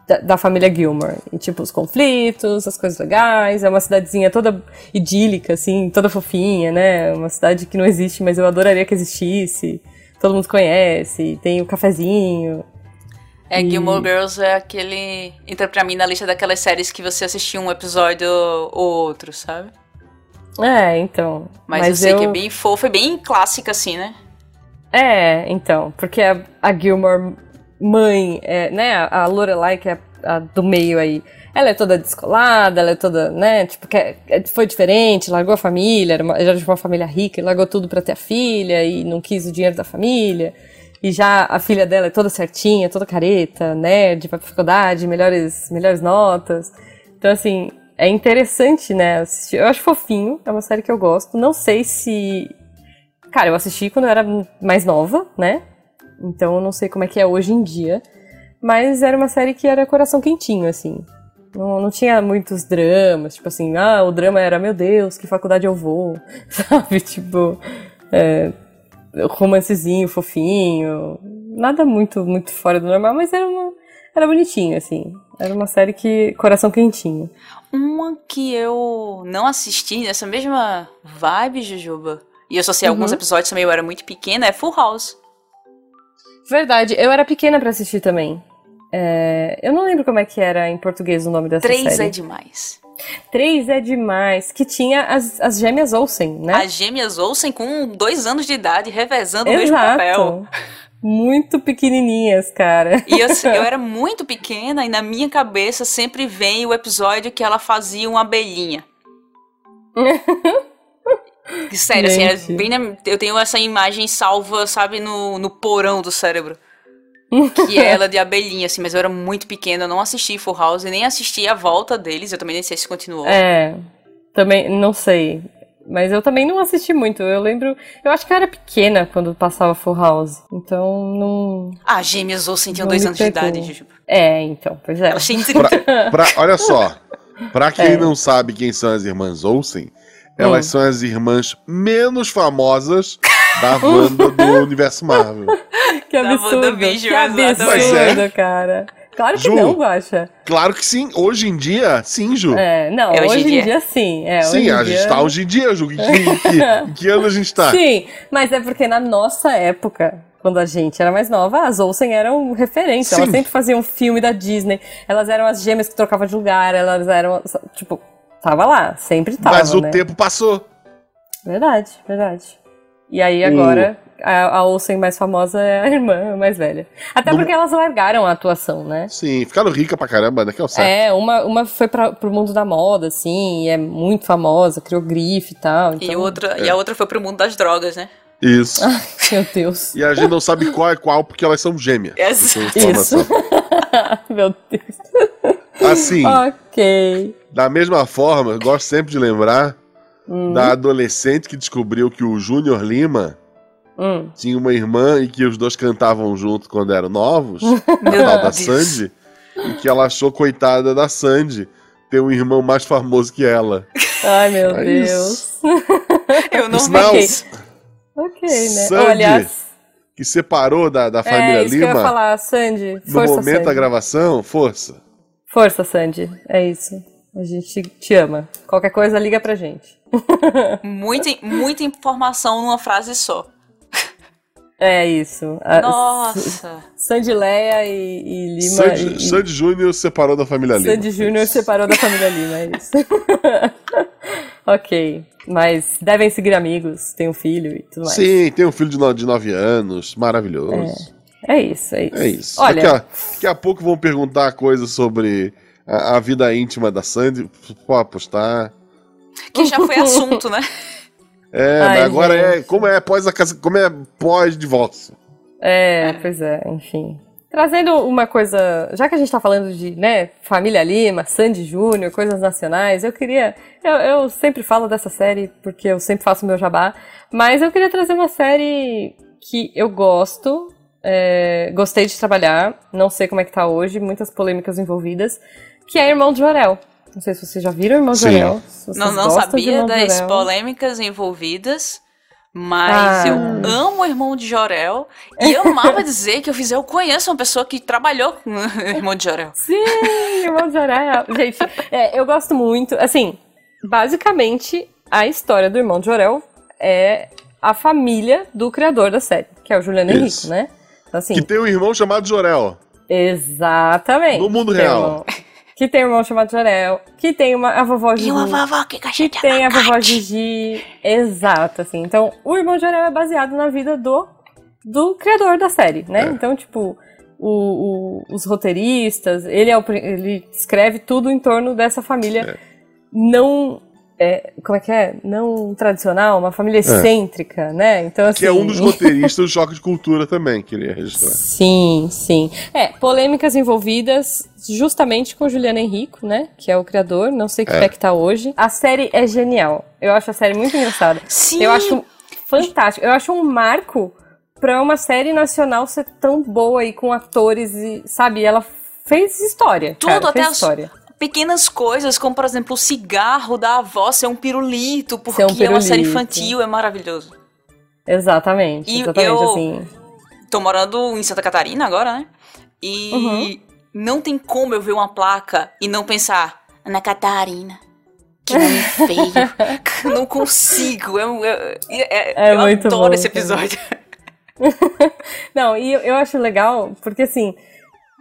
[SPEAKER 1] da, da família Gilmore. E, tipo, os conflitos, as coisas legais, é uma cidadezinha toda idílica, assim, toda fofinha, né? Uma cidade que não existe, mas eu adoraria que existisse. Todo mundo conhece, tem o cafezinho.
[SPEAKER 3] É,
[SPEAKER 1] E-
[SPEAKER 3] Gilmore Girls é aquele. Entra pra mim na lista daquelas séries que você assistiu um episódio ou outro, sabe?
[SPEAKER 1] É, então.
[SPEAKER 3] Mas, eu sei que é bem fofa e bem clássica, assim, né?
[SPEAKER 1] É, então, porque a, a Gilmore mãe, é, né, a Lorelai, que é a, a do meio aí, ela é toda descolada, ela é toda, né, tipo, que é- é- foi diferente, largou a família, era, uma, era de uma família rica, e largou tudo pra ter a filha e não quis o dinheiro da família. E já a filha dela é toda certinha, toda careta, nerd, vai pra faculdade, melhores, melhores notas. Então, assim, é interessante, né, assistir. Eu acho fofinho, é uma série que eu gosto. Não sei se Cara, eu assisti quando eu era mais nova, né? Então eu não sei como é que é hoje em dia. Mas era uma série que era coração quentinho, assim. Não, não tinha muitos dramas, tipo assim, ah, o drama era, meu Deus, que faculdade eu vou, sabe? Tipo, é, romancezinho, fofinho. Nada muito, muito fora do normal, mas era uma. Era bonitinho, assim. Era uma série que. Coração quentinho.
[SPEAKER 3] Uma que eu não assisti nessa mesma vibe, Jujuba. E eu só sei alguns
[SPEAKER 1] Uhum.
[SPEAKER 3] episódios também, eu era muito pequena, é Full House.
[SPEAKER 1] Verdade, eu era pequena pra assistir também. É, eu não lembro como é que era em português o nome dessa série.
[SPEAKER 3] Três é demais.
[SPEAKER 1] Três é demais. Que tinha as, as gêmeas Olsen, né?
[SPEAKER 3] As gêmeas Olsen com dois anos de idade, revezando o mesmo
[SPEAKER 1] Exato.
[SPEAKER 3] papel.
[SPEAKER 1] Muito pequenininhas, cara.
[SPEAKER 3] E eu, eu era muito pequena e na minha cabeça sempre vem o episódio que ela fazia uma abelhinha. Sério, assim, era
[SPEAKER 1] Gente.
[SPEAKER 3] bem na- eu tenho essa imagem salva, sabe, no, no porão do cérebro. Que é ela de abelhinha, assim, mas eu era muito pequena, eu não assisti Full House, nem assisti a volta deles, eu também nem sei se continuou.
[SPEAKER 1] É. Também, não sei. Mas eu também não assisti muito. Eu lembro. Eu acho que eu era pequena quando passava Full House. Então, não.
[SPEAKER 3] Ah, gêmeas ou sentiam
[SPEAKER 1] Não
[SPEAKER 3] dois
[SPEAKER 1] me
[SPEAKER 3] anos de
[SPEAKER 1] pegou.
[SPEAKER 3] idade, Jujuba.
[SPEAKER 1] É, então, pois é.
[SPEAKER 3] Elas tinham
[SPEAKER 2] Pra, olha só, pra quem
[SPEAKER 1] É. Hum.
[SPEAKER 2] não sabe quem são as irmãs Olsen, elas são as irmãs menos famosas da Wanda do universo Marvel.
[SPEAKER 1] Que
[SPEAKER 3] Da
[SPEAKER 1] absurdo.
[SPEAKER 3] WandaVision,
[SPEAKER 1] Que absurdo,
[SPEAKER 2] exatamente.
[SPEAKER 1] cara. Claro que
[SPEAKER 2] Ju.
[SPEAKER 1] não, Guaxa.
[SPEAKER 2] Claro que sim, hoje em dia, sim, Ju.
[SPEAKER 1] É, não,
[SPEAKER 3] É,
[SPEAKER 1] hoje, em dia, sim. É, hoje
[SPEAKER 2] sim,
[SPEAKER 1] em
[SPEAKER 2] a gente
[SPEAKER 1] dia-
[SPEAKER 2] tá hoje em dia, Ju. Em que, em que, em que ano a gente tá?
[SPEAKER 1] Sim, mas é porque na nossa época, quando a gente era mais nova, as Olsen eram referência. Elas
[SPEAKER 2] Sim.
[SPEAKER 1] sempre faziam filme da Disney. Elas eram as gêmeas que trocavam de lugar. Elas eram, tipo, tava lá, sempre tava,
[SPEAKER 2] Mas o
[SPEAKER 1] né?
[SPEAKER 2] tempo passou.
[SPEAKER 1] Verdade, verdade. E aí agora, a, a Olsen mais famosa é a irmã mais velha. Até
[SPEAKER 2] Do-
[SPEAKER 1] porque elas largaram a atuação, né?
[SPEAKER 2] Sim, ficaram rica pra caramba, né? Que é o certo.
[SPEAKER 1] É, uma, uma foi pra, pro mundo da moda, assim, e é muito famosa, criou grife e tal. Então...
[SPEAKER 3] E, outra,
[SPEAKER 2] É.
[SPEAKER 3] e a outra foi pro mundo das drogas, né?
[SPEAKER 2] Isso.
[SPEAKER 1] Meu Deus.
[SPEAKER 2] E a gente não sabe qual é qual, porque elas são gêmeas.
[SPEAKER 3] Exato.
[SPEAKER 2] Não tem
[SPEAKER 1] Isso.
[SPEAKER 2] informação.
[SPEAKER 1] Meu Deus.
[SPEAKER 2] Assim,
[SPEAKER 1] Ok.
[SPEAKER 2] da mesma forma, eu gosto sempre de lembrar
[SPEAKER 1] Uhum.
[SPEAKER 2] da adolescente que descobriu que o Júnior Lima
[SPEAKER 1] Hum.
[SPEAKER 2] tinha uma irmã e que os dois cantavam junto quando eram novos, a
[SPEAKER 3] Meu
[SPEAKER 2] tal da
[SPEAKER 3] Deus.
[SPEAKER 2] Sandy, e que ela achou coitada da Sandy ter um irmão mais famoso que ela.
[SPEAKER 1] Ai, meu
[SPEAKER 2] É
[SPEAKER 1] Deus.
[SPEAKER 2] isso.
[SPEAKER 3] Eu não
[SPEAKER 2] Isso não. é
[SPEAKER 3] vi.
[SPEAKER 1] Ok, né?
[SPEAKER 2] Sandy,
[SPEAKER 1] Ou, aliás,
[SPEAKER 2] Que separou da, da família
[SPEAKER 1] é isso que eu ia
[SPEAKER 2] Lima
[SPEAKER 1] falar, Sandy.
[SPEAKER 2] no
[SPEAKER 1] força,
[SPEAKER 2] momento da
[SPEAKER 1] Sandy.
[SPEAKER 2] gravação, força.
[SPEAKER 1] Força, Sandy. É isso. A gente te ama. Qualquer coisa, liga pra gente.
[SPEAKER 3] Muita, muita informação numa frase só.
[SPEAKER 1] É isso. A- S-
[SPEAKER 3] Nossa.
[SPEAKER 1] Sandy Leia e, e Lima.
[SPEAKER 2] Sandy,
[SPEAKER 1] e-
[SPEAKER 2] Sandy Júnior separou da família Lima.
[SPEAKER 1] Sandy Júnior
[SPEAKER 2] Isso.
[SPEAKER 1] separou da família Lima, é isso. ok. Mas devem seguir amigos, tem um filho e tudo mais.
[SPEAKER 2] Sim, tem um filho de 9 anos, maravilhoso.
[SPEAKER 1] É isso, é isso.
[SPEAKER 2] É, isso.
[SPEAKER 1] Olha,
[SPEAKER 2] Daqui, a, daqui a pouco vão perguntar coisas sobre a, a vida íntima da Sandy. Pode apostar.
[SPEAKER 3] Que já foi assunto, né?
[SPEAKER 2] É,
[SPEAKER 1] Ai,
[SPEAKER 2] mas agora é
[SPEAKER 1] gente.
[SPEAKER 2] como é pós a casa, como é pós divórcio.
[SPEAKER 1] É, pois é, enfim. Trazendo uma coisa, já que a gente tá falando de, né, Família Lima, Sandy Júnior, coisas nacionais, eu queria, eu, eu sempre falo dessa série porque eu sempre faço meu jabá, mas eu queria trazer uma série que eu gosto, é, gostei de trabalhar, não sei como é que tá hoje, muitas polêmicas envolvidas, que é Irmão de Jorel. Não sei se vocês já viram Irmãos
[SPEAKER 2] Sim.
[SPEAKER 1] Jorel. Se vocês
[SPEAKER 3] Não, não
[SPEAKER 1] gostam de
[SPEAKER 3] sabia
[SPEAKER 1] Irmãos
[SPEAKER 3] das
[SPEAKER 1] Jorel.
[SPEAKER 3] polêmicas envolvidas, mas
[SPEAKER 1] Ah.
[SPEAKER 3] eu amo o irmão de Jorel. E eu amava dizer que eu fiz, eu conheço uma pessoa que trabalhou com o irmão de Jorel.
[SPEAKER 1] Sim, Irmãos Jorel. Gente, é, eu gosto muito. Assim, basicamente, a história do Irmão de Jorel é a família do criador da série, que é o Juliano Henrique,
[SPEAKER 2] Isso.
[SPEAKER 1] né? Então, assim,
[SPEAKER 2] Que tem um irmão chamado Jorel.
[SPEAKER 1] exatamente.
[SPEAKER 2] No mundo
[SPEAKER 1] Tem um
[SPEAKER 2] real.
[SPEAKER 1] irmão- que tem um irmão chamado Jorel, que tem uma, a vovó
[SPEAKER 3] E
[SPEAKER 1] Juju.
[SPEAKER 3] uma vovó que gosta de
[SPEAKER 1] Tem a vovó
[SPEAKER 3] abacate.
[SPEAKER 1] Gigi. Exato, assim. Então, o Irmão de Jorel é baseado na vida do, do criador da série, né?
[SPEAKER 2] É.
[SPEAKER 1] Então, tipo, o- o- os roteiristas, ele, é o pri- ele escreve tudo em torno dessa família
[SPEAKER 2] É.
[SPEAKER 1] não. é, como é que é? Não tradicional, uma família excêntrica, né? Então, assim.
[SPEAKER 2] É. Que é um dos roteiristas do Choque de Cultura também, queria registrar.
[SPEAKER 1] Sim, sim. É, polêmicas envolvidas justamente com Juliano Henrico, né? Que é o criador, não sei que
[SPEAKER 2] É.
[SPEAKER 1] pé que tá hoje. A série é genial. Eu acho a série muito engraçada.
[SPEAKER 3] Sim,
[SPEAKER 1] Eu acho fantástico. Eu acho um marco pra uma série nacional ser tão boa e com atores e, sabe, ela fez história.
[SPEAKER 3] Tudo,
[SPEAKER 1] cara,
[SPEAKER 3] até
[SPEAKER 1] fez
[SPEAKER 3] as-
[SPEAKER 1] história.
[SPEAKER 3] pequenas coisas, como por exemplo o cigarro da avó ser um pirulito, porque
[SPEAKER 1] Ser um
[SPEAKER 3] é uma série
[SPEAKER 1] pirulito.
[SPEAKER 3] infantil, é maravilhoso.
[SPEAKER 1] Exatamente.
[SPEAKER 3] E
[SPEAKER 1] exatamente,
[SPEAKER 3] eu-
[SPEAKER 1] assim.
[SPEAKER 3] Tô morando em Santa Catarina agora, né? E
[SPEAKER 1] Uhum.
[SPEAKER 3] não tem como eu ver uma placa e não pensar Ana Catarina. Que nome feio. não consigo. Eu, eu, é-
[SPEAKER 1] É
[SPEAKER 3] eu
[SPEAKER 1] muito
[SPEAKER 3] adoro
[SPEAKER 1] bom,
[SPEAKER 3] esse
[SPEAKER 1] cara.
[SPEAKER 3] episódio.
[SPEAKER 1] Não, e eu, eu acho legal, porque assim,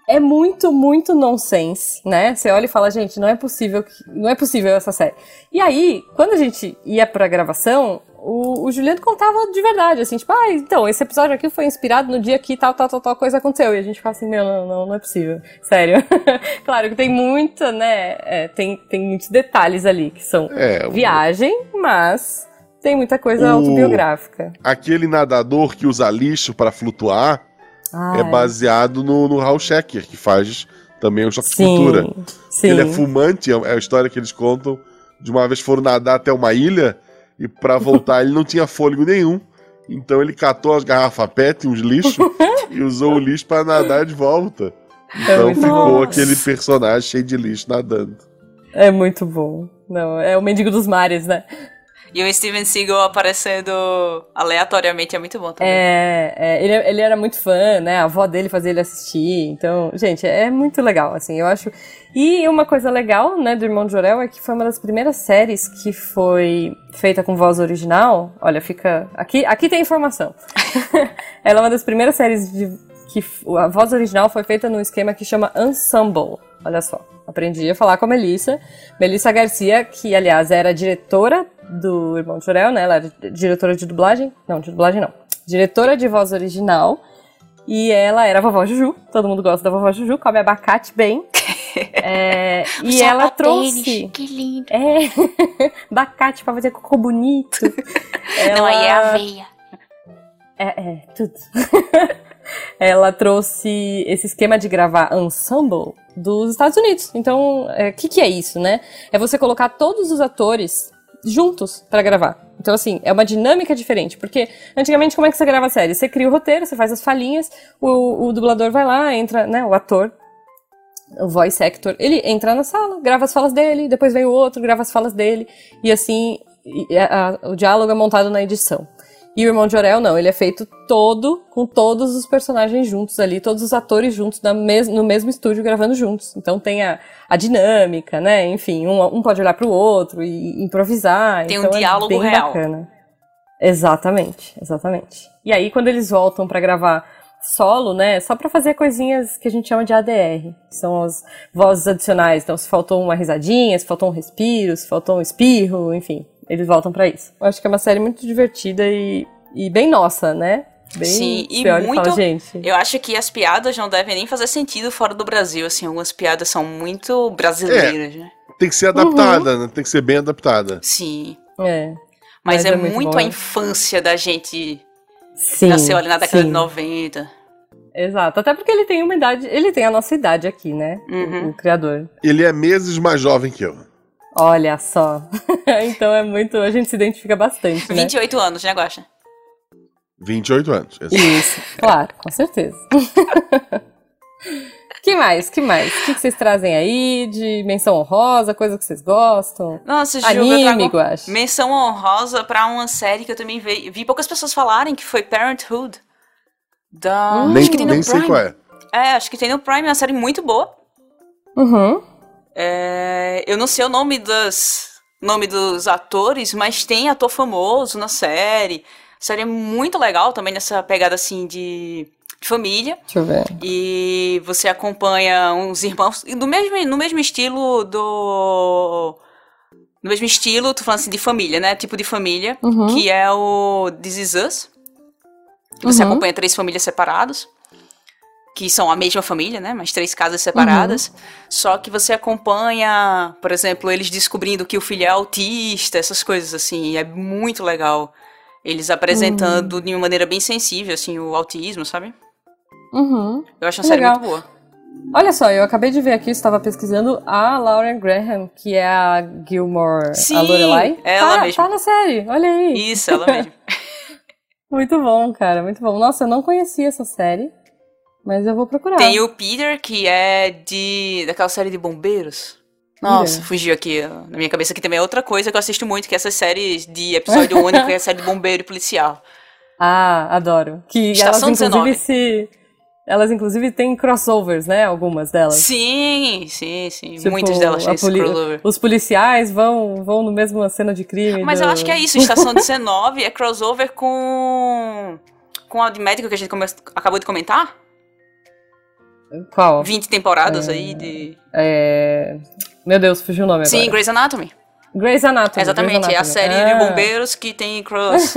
[SPEAKER 1] é muito, muito nonsense, né? Você olha e fala, gente, não é possível, que- não é possível essa série. E aí, quando a gente ia pra gravação, o, o Juliano contava de verdade, assim, tipo, ah, então, esse episódio aqui foi inspirado no dia que tal, tal, tal, tal coisa aconteceu. E a gente ficava assim, meu, não, não, não é possível. Sério. claro que tem muita, né? é, tem, tem muitos detalhes ali que são
[SPEAKER 2] É, o-
[SPEAKER 1] viagem, mas tem muita coisa
[SPEAKER 2] O-
[SPEAKER 1] autobiográfica.
[SPEAKER 2] aquele nadador que usa lixo pra flutuar é
[SPEAKER 1] Ai,
[SPEAKER 2] baseado no, no Hal Schecker, que faz também o Choque de
[SPEAKER 1] sim,
[SPEAKER 2] Cultura.
[SPEAKER 1] Sim.
[SPEAKER 2] Ele é fumante, é é a história que eles contam. De uma vez foram nadar até uma ilha e pra voltar ele não tinha fôlego nenhum. Então ele catou as garrafas PET, uns lixos, e usou o lixo pra nadar de volta. Então
[SPEAKER 1] muito
[SPEAKER 2] ficou
[SPEAKER 3] bom.
[SPEAKER 2] aquele personagem cheio de lixo nadando.
[SPEAKER 1] É muito bom. Não, é o Mendigo dos Mares, né?
[SPEAKER 3] E o Steven Seagal aparecendo aleatoriamente é muito bom também.
[SPEAKER 1] É, é, ele, ele era muito fã, né? A avó dele fazia ele assistir. Então, gente, é muito legal, assim, eu acho. E uma coisa legal, né, do Irmão de Jorel é que foi uma das primeiras séries que foi feita com voz original. Olha, fica. Aqui, aqui tem informação. Ela é uma das primeiras séries de, que f- a voz original foi feita num esquema que chama Ensemble. Olha só. Aprendi a falar com a Melissa. Melissa Garcia, que aliás era diretora do Irmão de Jorel, né? Ela era di- diretora de dublagem. Não, de dublagem não. Diretora de voz original. E ela era a vovó Juju. Todo mundo gosta da vovó Juju, come abacate bem. É, e ela trouxe.
[SPEAKER 4] Que lindo.
[SPEAKER 1] É, abacate pra fazer cocô bonito.
[SPEAKER 4] Não, aí é
[SPEAKER 1] Ela-
[SPEAKER 4] aveia.
[SPEAKER 1] é, é, tudo. Ela trouxe esse esquema de gravar ensemble dos Estados Unidos. Então, o que, que é isso, né? É você colocar todos os atores juntos pra gravar. Então, assim, é uma dinâmica diferente. Porque antigamente, como é que você grava a série? Você cria o roteiro, você faz as falinhas, o, o dublador vai lá, entra, né? O ator, o voice actor, ele entra na sala, grava as falas dele, depois vem o outro, grava as falas dele, e assim, e a- a- o diálogo é montado na edição. E o Irmão de Orel, não, ele é feito todo, com todos os personagens juntos ali, todos os atores juntos, na mes no mesmo estúdio, gravando juntos. Então tem a, a dinâmica, né? Enfim, um, um pode olhar pro outro e improvisar.
[SPEAKER 3] Tem um
[SPEAKER 1] então é
[SPEAKER 3] diálogo
[SPEAKER 1] bem
[SPEAKER 3] real.
[SPEAKER 1] Bacana. Exatamente, exatamente. E aí, quando eles voltam pra gravar solo, né? Só pra fazer coisinhas que a gente chama de ADR, que são as vozes adicionais. Então, se faltou uma risadinha, se faltou um respiro, se faltou um espirro, enfim, eles voltam pra isso. Eu acho que é uma série muito divertida e, e bem nossa, né? Bem,
[SPEAKER 3] Sim, e
[SPEAKER 1] você olha
[SPEAKER 3] muito-
[SPEAKER 1] fala, gente.
[SPEAKER 3] Eu acho que as piadas não devem nem fazer sentido fora do Brasil, assim, algumas piadas são muito brasileiras, né?
[SPEAKER 2] Tem que ser adaptada, né? Tem que ser bem adaptada.
[SPEAKER 3] Sim.
[SPEAKER 1] É. Mas
[SPEAKER 3] Mas, é,
[SPEAKER 1] é muito
[SPEAKER 3] muito,
[SPEAKER 1] bom,
[SPEAKER 3] a
[SPEAKER 1] né?
[SPEAKER 3] infância da gente
[SPEAKER 1] Sim.
[SPEAKER 3] nasceu ali na década de
[SPEAKER 1] sim.
[SPEAKER 3] 90.
[SPEAKER 1] Exato. Até porque ele tem uma idade, ele tem a nossa idade aqui, né? O-
[SPEAKER 3] Uhum.
[SPEAKER 1] o criador.
[SPEAKER 2] Ele é meses mais jovem que eu.
[SPEAKER 1] Olha só. então é muito. A gente se identifica bastante. Né?
[SPEAKER 3] 28 anos, né, Guaxa?
[SPEAKER 2] 28 anos. Esse-
[SPEAKER 1] Isso, claro, com certeza. que mais? Que mais? O que, que vocês trazem aí de menção honrosa, coisa que vocês gostam?
[SPEAKER 3] Nossa, Ju, eu
[SPEAKER 1] Anime,
[SPEAKER 3] trago um
[SPEAKER 1] Guache.
[SPEAKER 3] menção honrosa pra uma série que eu também vi, vi poucas pessoas falarem, que foi Parenthood. Da...
[SPEAKER 1] Hum.
[SPEAKER 2] nem
[SPEAKER 3] acho que tem no
[SPEAKER 2] nem
[SPEAKER 3] Prime.
[SPEAKER 2] sei qual é.
[SPEAKER 3] É, acho que tem no Prime, é uma série muito boa.
[SPEAKER 1] Uhum.
[SPEAKER 3] É, eu não sei o nome das nome dos atores, mas tem ator famoso na série. A série é muito legal também nessa pegada assim de, de família
[SPEAKER 1] Deixa eu ver.
[SPEAKER 3] e você acompanha uns irmãos e do mesmo no mesmo estilo do no mesmo estilo, tu falando assim de família, né? Tipo de família,
[SPEAKER 1] Uhum.
[SPEAKER 3] que é o This Is Us. que Você
[SPEAKER 1] Uhum.
[SPEAKER 3] acompanha três famílias separadas, que são a mesma família, né? Mas três casas
[SPEAKER 1] Uhum.
[SPEAKER 3] separadas. Só que você acompanha, por exemplo, eles descobrindo que o filho é autista, essas coisas assim. e é muito legal. Eles apresentando
[SPEAKER 1] Hum.
[SPEAKER 3] de uma maneira bem sensível, assim, o autismo, sabe?
[SPEAKER 1] Uhum.
[SPEAKER 3] Eu acho uma série
[SPEAKER 1] Legal.
[SPEAKER 3] muito boa.
[SPEAKER 1] Olha só, eu acabei de ver aqui, estava pesquisando a Lauren Graham, que é a Gilmore, a
[SPEAKER 3] Sim,
[SPEAKER 1] Lorelai.
[SPEAKER 3] ela
[SPEAKER 1] tá,
[SPEAKER 3] mesma.
[SPEAKER 1] tá na série, olha aí.
[SPEAKER 3] Isso, ela mesmo.
[SPEAKER 1] Muito bom, cara, muito bom. Nossa, eu não conhecia essa série, mas eu vou procurar.
[SPEAKER 3] Tem o Peter, que é de. daquela série de bombeiros. Nossa,
[SPEAKER 1] É.
[SPEAKER 3] fugiu aqui. ó. Na minha cabeça aqui também é outra coisa que eu assisto muito, que é essas séries de episódio único, que é a série de bombeiro e policial.
[SPEAKER 1] Ah, adoro. Que
[SPEAKER 3] Estação
[SPEAKER 1] elas inclusive
[SPEAKER 3] 19.
[SPEAKER 1] se elas inclusive têm crossovers, né? Algumas delas.
[SPEAKER 3] Sim, sim, sim.
[SPEAKER 1] Tipo,
[SPEAKER 3] Muitas delas
[SPEAKER 1] a
[SPEAKER 3] têm esse
[SPEAKER 1] poli-
[SPEAKER 3] crossover.
[SPEAKER 1] Os policiais vão vão no mesmo cena de crime.
[SPEAKER 3] Mas
[SPEAKER 1] do-
[SPEAKER 3] eu acho que é isso, Estação 19 é crossover com. com a de médico que a gente come- acabou de comentar.
[SPEAKER 1] Qual?
[SPEAKER 3] 20 temporadas aí de.
[SPEAKER 1] É... Meu Deus, fugiu o nome agora.
[SPEAKER 3] Sim, Grey's Anatomy.
[SPEAKER 1] Grey's Anatomy.
[SPEAKER 3] Exatamente,
[SPEAKER 1] Grey's
[SPEAKER 3] é a
[SPEAKER 1] Anatomy.
[SPEAKER 3] série
[SPEAKER 1] Ah,
[SPEAKER 3] de bombeiros que tem cross.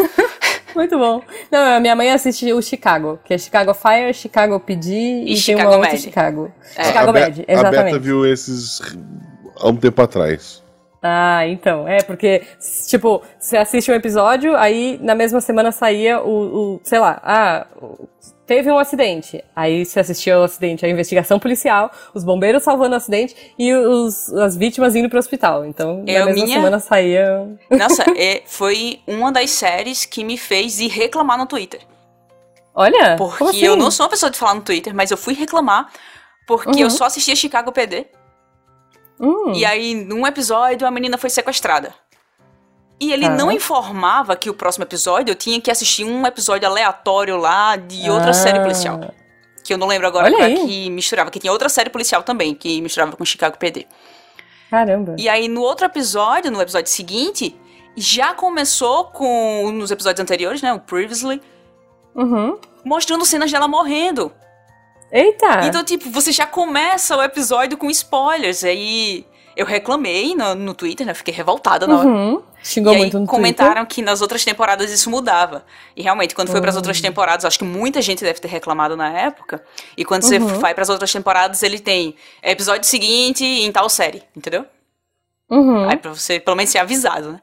[SPEAKER 1] Muito bom. Não, a minha mãe assiste o Chicago, que é Chicago Fire, Chicago PD e,
[SPEAKER 3] Chicago
[SPEAKER 1] tem uma outra
[SPEAKER 3] Med.
[SPEAKER 1] Chicago.
[SPEAKER 3] É.
[SPEAKER 1] Chicago
[SPEAKER 2] a, Be-
[SPEAKER 1] Med,
[SPEAKER 2] a Beta
[SPEAKER 1] exatamente.
[SPEAKER 2] viu esses há um tempo atrás.
[SPEAKER 1] Ah, então. É, porque, s- tipo, você assiste um episódio, aí na mesma semana saía o, o- sei lá, ah, o- teve um acidente. Aí você assistia o acidente, a investigação policial, os bombeiros salvando o acidente e os, as vítimas indo pro hospital. Então, na
[SPEAKER 3] Eu,
[SPEAKER 1] mesma
[SPEAKER 3] minha-
[SPEAKER 1] semana saía. um,
[SPEAKER 3] Nossa, é- foi uma das séries que me fez ir reclamar no Twitter.
[SPEAKER 1] Olha!
[SPEAKER 3] Porque
[SPEAKER 1] como assim?
[SPEAKER 3] eu não sou uma pessoa de falar no Twitter, mas eu fui reclamar porque
[SPEAKER 1] Uhum.
[SPEAKER 3] eu só assistia Chicago PD.
[SPEAKER 1] Hum,
[SPEAKER 3] E aí, num episódio, a menina foi sequestrada. E ele
[SPEAKER 1] Tá.
[SPEAKER 3] não informava que o próximo episódio eu tinha que assistir um episódio aleatório lá de outra
[SPEAKER 1] Ah.
[SPEAKER 3] série policial. Que eu não lembro agora
[SPEAKER 1] Olha
[SPEAKER 3] qual é
[SPEAKER 1] aí.
[SPEAKER 3] que misturava, que tinha outra série policial também, que misturava com Chicago PD.
[SPEAKER 1] Caramba!
[SPEAKER 3] E aí, no outro episódio, no episódio seguinte, já começou com. Nos episódios anteriores, né? O Previously.
[SPEAKER 1] Uhum.
[SPEAKER 3] Mostrando cenas dela morrendo.
[SPEAKER 1] Eita!
[SPEAKER 3] Então, tipo, você já começa o episódio com spoilers. Aí eu reclamei no, no Twitter, né? Fiquei revoltada na hora.
[SPEAKER 1] Uhum. Xingou
[SPEAKER 3] e aí
[SPEAKER 1] muito no
[SPEAKER 3] comentaram que nas outras temporadas isso mudava. E realmente, quando foi pras
[SPEAKER 1] Hum.
[SPEAKER 3] outras temporadas, acho que muita gente deve ter reclamado na época. E quando você
[SPEAKER 1] Uhum.
[SPEAKER 3] vai pras outras temporadas, ele tem episódio seguinte em tal série, entendeu?
[SPEAKER 1] Twitter. Uhum.
[SPEAKER 3] Aí pra você pelo menos ser avisado, né?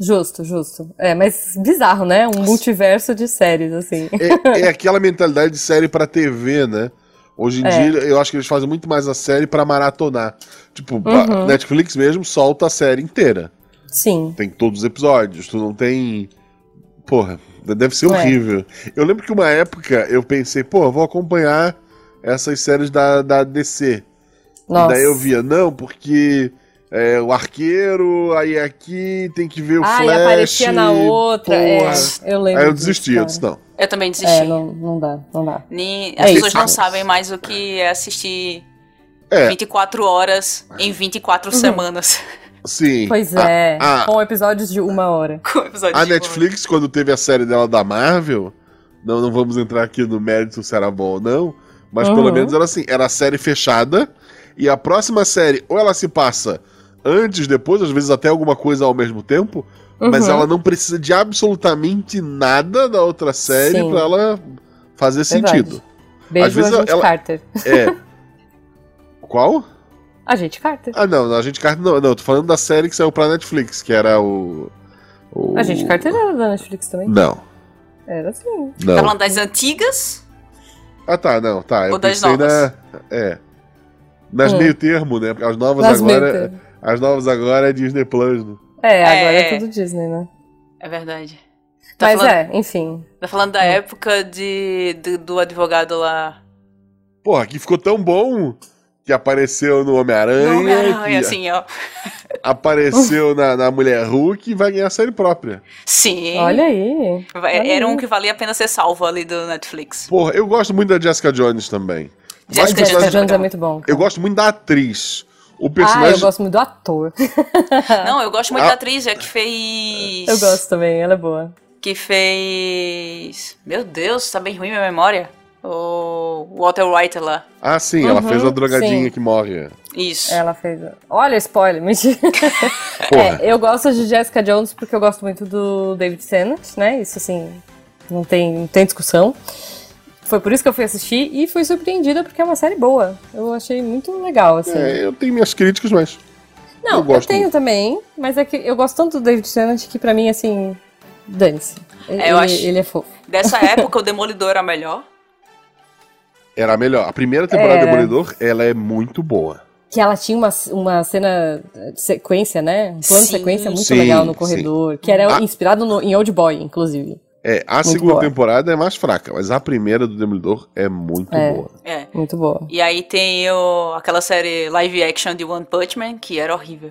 [SPEAKER 1] Justo, justo. É, mas bizarro, né? Um multiverso de séries, assim.
[SPEAKER 2] É, é aquela mentalidade de série pra TV, né? Hoje em
[SPEAKER 1] É.
[SPEAKER 2] dia, eu acho que eles fazem muito mais a série pra maratonar. Tipo,
[SPEAKER 1] Uhum.
[SPEAKER 2] a Netflix mesmo solta a série inteira.
[SPEAKER 1] Sim.
[SPEAKER 2] Tem todos os episódios, tu não tem. Porra, deve ser
[SPEAKER 1] É.
[SPEAKER 2] horrível. Eu lembro que uma época eu pensei, pô, eu vou acompanhar essas séries da, da DC.
[SPEAKER 1] Nossa.
[SPEAKER 2] Daí eu via, não, porque é, o arqueiro, aí aqui tem que ver o
[SPEAKER 1] ah,
[SPEAKER 2] Flash.
[SPEAKER 1] e aparecia na outra. é,
[SPEAKER 2] porra.
[SPEAKER 1] eu lembro.
[SPEAKER 2] Aí eu
[SPEAKER 1] disso,
[SPEAKER 2] desisti, eu disse,
[SPEAKER 1] cara.
[SPEAKER 2] não.
[SPEAKER 3] Eu também desisti.
[SPEAKER 1] É, não, não dá, não dá.
[SPEAKER 3] Nem-
[SPEAKER 1] É
[SPEAKER 3] As
[SPEAKER 1] isso.
[SPEAKER 3] pessoas não
[SPEAKER 2] Nossa.
[SPEAKER 3] sabem mais o que é assistir
[SPEAKER 2] É.
[SPEAKER 3] 24 horas em 24
[SPEAKER 1] Uhum.
[SPEAKER 3] semanas.
[SPEAKER 2] Sim.
[SPEAKER 1] Pois
[SPEAKER 2] A-
[SPEAKER 1] é,
[SPEAKER 2] a-
[SPEAKER 1] com episódios de uma hora.
[SPEAKER 3] com o episódio
[SPEAKER 2] A
[SPEAKER 3] de
[SPEAKER 2] Netflix, quando teve a série dela da Marvel, não, não vamos entrar aqui no mérito se era bom ou não, mas
[SPEAKER 1] Uhum.
[SPEAKER 2] pelo menos era assim, era a série fechada, e a próxima série, ou ela se passa antes, depois, às vezes até alguma coisa ao mesmo tempo, mas
[SPEAKER 1] Uhum.
[SPEAKER 2] ela não precisa de absolutamente nada da outra série
[SPEAKER 1] Sim.
[SPEAKER 2] pra ela fazer
[SPEAKER 1] Verdade.
[SPEAKER 2] sentido.
[SPEAKER 1] Beijo,
[SPEAKER 2] vezes
[SPEAKER 1] Agente
[SPEAKER 2] ela-
[SPEAKER 1] Carter.
[SPEAKER 2] É. Qual?
[SPEAKER 1] Agente Carter.
[SPEAKER 2] Ah, não, a gente Carter não, não, tô falando da série que saiu pra Netflix, que era o. o...
[SPEAKER 1] Agente Carter era da Netflix também.
[SPEAKER 2] Não,
[SPEAKER 1] Era assim.
[SPEAKER 3] Tá
[SPEAKER 2] não.
[SPEAKER 3] falando das antigas?
[SPEAKER 2] Ah, tá, não, tá. Eu
[SPEAKER 3] Ou das
[SPEAKER 2] pensei
[SPEAKER 3] novas.
[SPEAKER 2] na. É. Nas
[SPEAKER 1] Hum.
[SPEAKER 2] meio termo, né? Porque as novas
[SPEAKER 1] Nas
[SPEAKER 2] agora.
[SPEAKER 1] meio-termo.
[SPEAKER 2] As novas agora é Disney Plus. Né?
[SPEAKER 1] É, agora
[SPEAKER 3] É.
[SPEAKER 1] é tudo Disney, né?
[SPEAKER 3] É verdade. Tá
[SPEAKER 1] Mas
[SPEAKER 3] falando,
[SPEAKER 1] é, enfim.
[SPEAKER 3] Tá falando da
[SPEAKER 1] Hum.
[SPEAKER 3] época de, de- do advogado lá.
[SPEAKER 2] Porra, que ficou tão bom que apareceu no Homem-Aranha.
[SPEAKER 3] Não, Homem-Aranha,
[SPEAKER 2] que
[SPEAKER 3] assim, ó.
[SPEAKER 2] Apareceu na, na Mulher Hulk e vai ganhar a série própria.
[SPEAKER 3] Sim.
[SPEAKER 1] Olha aí.
[SPEAKER 3] Vai-
[SPEAKER 1] olha
[SPEAKER 3] Era um
[SPEAKER 1] aí.
[SPEAKER 3] que valia a pena ser salvo ali do Netflix.
[SPEAKER 2] Porra, eu gosto muito da Jessica Jones também. Mas o
[SPEAKER 3] Jessica
[SPEAKER 1] Jessica
[SPEAKER 2] personagem-
[SPEAKER 1] Jones,
[SPEAKER 3] Jones é
[SPEAKER 1] é
[SPEAKER 3] legal.
[SPEAKER 1] muito bom.
[SPEAKER 2] Eu gosto muito da atriz. O
[SPEAKER 1] Ah, eu
[SPEAKER 2] personagem.
[SPEAKER 1] gosto muito do ator.
[SPEAKER 3] Não, eu gosto muito
[SPEAKER 2] Ah.
[SPEAKER 3] da atriz, é que fez.
[SPEAKER 1] eu gosto também, ela é boa.
[SPEAKER 3] Que fez. Meu Deus, tá bem ruim minha memória. O Walter White lá.
[SPEAKER 2] Ah, sim, ela
[SPEAKER 1] Uhum,
[SPEAKER 2] fez a drogadinha
[SPEAKER 1] sim.
[SPEAKER 2] que morre.
[SPEAKER 3] Isso.
[SPEAKER 1] Ela fez. Olha, spoiler, mentira.
[SPEAKER 2] Porra.
[SPEAKER 1] É, eu gosto de Jessica Jones porque eu gosto muito do David Sennett, né? Isso assim, não tem, não tem discussão. Foi por isso que eu fui assistir e fui surpreendida porque é uma série boa. Eu achei muito legal, assim.
[SPEAKER 2] É, eu tenho minhas críticas, mas.
[SPEAKER 1] não,
[SPEAKER 2] eu gosto
[SPEAKER 1] tenho
[SPEAKER 2] muito.
[SPEAKER 1] também, mas é que eu gosto tanto do David Sennett que pra mim, assim, dane-se.
[SPEAKER 3] É, eu
[SPEAKER 1] ele,
[SPEAKER 3] acho-
[SPEAKER 1] ele é fofo.
[SPEAKER 3] Dessa época, o Demolidor era melhor.
[SPEAKER 2] Era a melhor. A primeira temporada
[SPEAKER 1] Era.
[SPEAKER 2] do Demolidor, ela é muito boa.
[SPEAKER 1] Que ela tinha uma, uma cena de sequência, né? Um plano de
[SPEAKER 3] Sim.
[SPEAKER 1] sequência muito
[SPEAKER 2] Sim,
[SPEAKER 1] legal no
[SPEAKER 2] sim.
[SPEAKER 1] corredor, que era
[SPEAKER 2] Ah.
[SPEAKER 1] inspirado no- em Old Boy, inclusive.
[SPEAKER 2] É, a
[SPEAKER 1] Muito
[SPEAKER 2] segunda
[SPEAKER 1] boa.
[SPEAKER 2] temporada é mais fraca, mas a primeira do Demolidor é muito
[SPEAKER 1] É.
[SPEAKER 2] boa.
[SPEAKER 3] É.
[SPEAKER 1] Muito boa.
[SPEAKER 3] E aí tem o, aquela série live action de One Punch Man, que era horrível.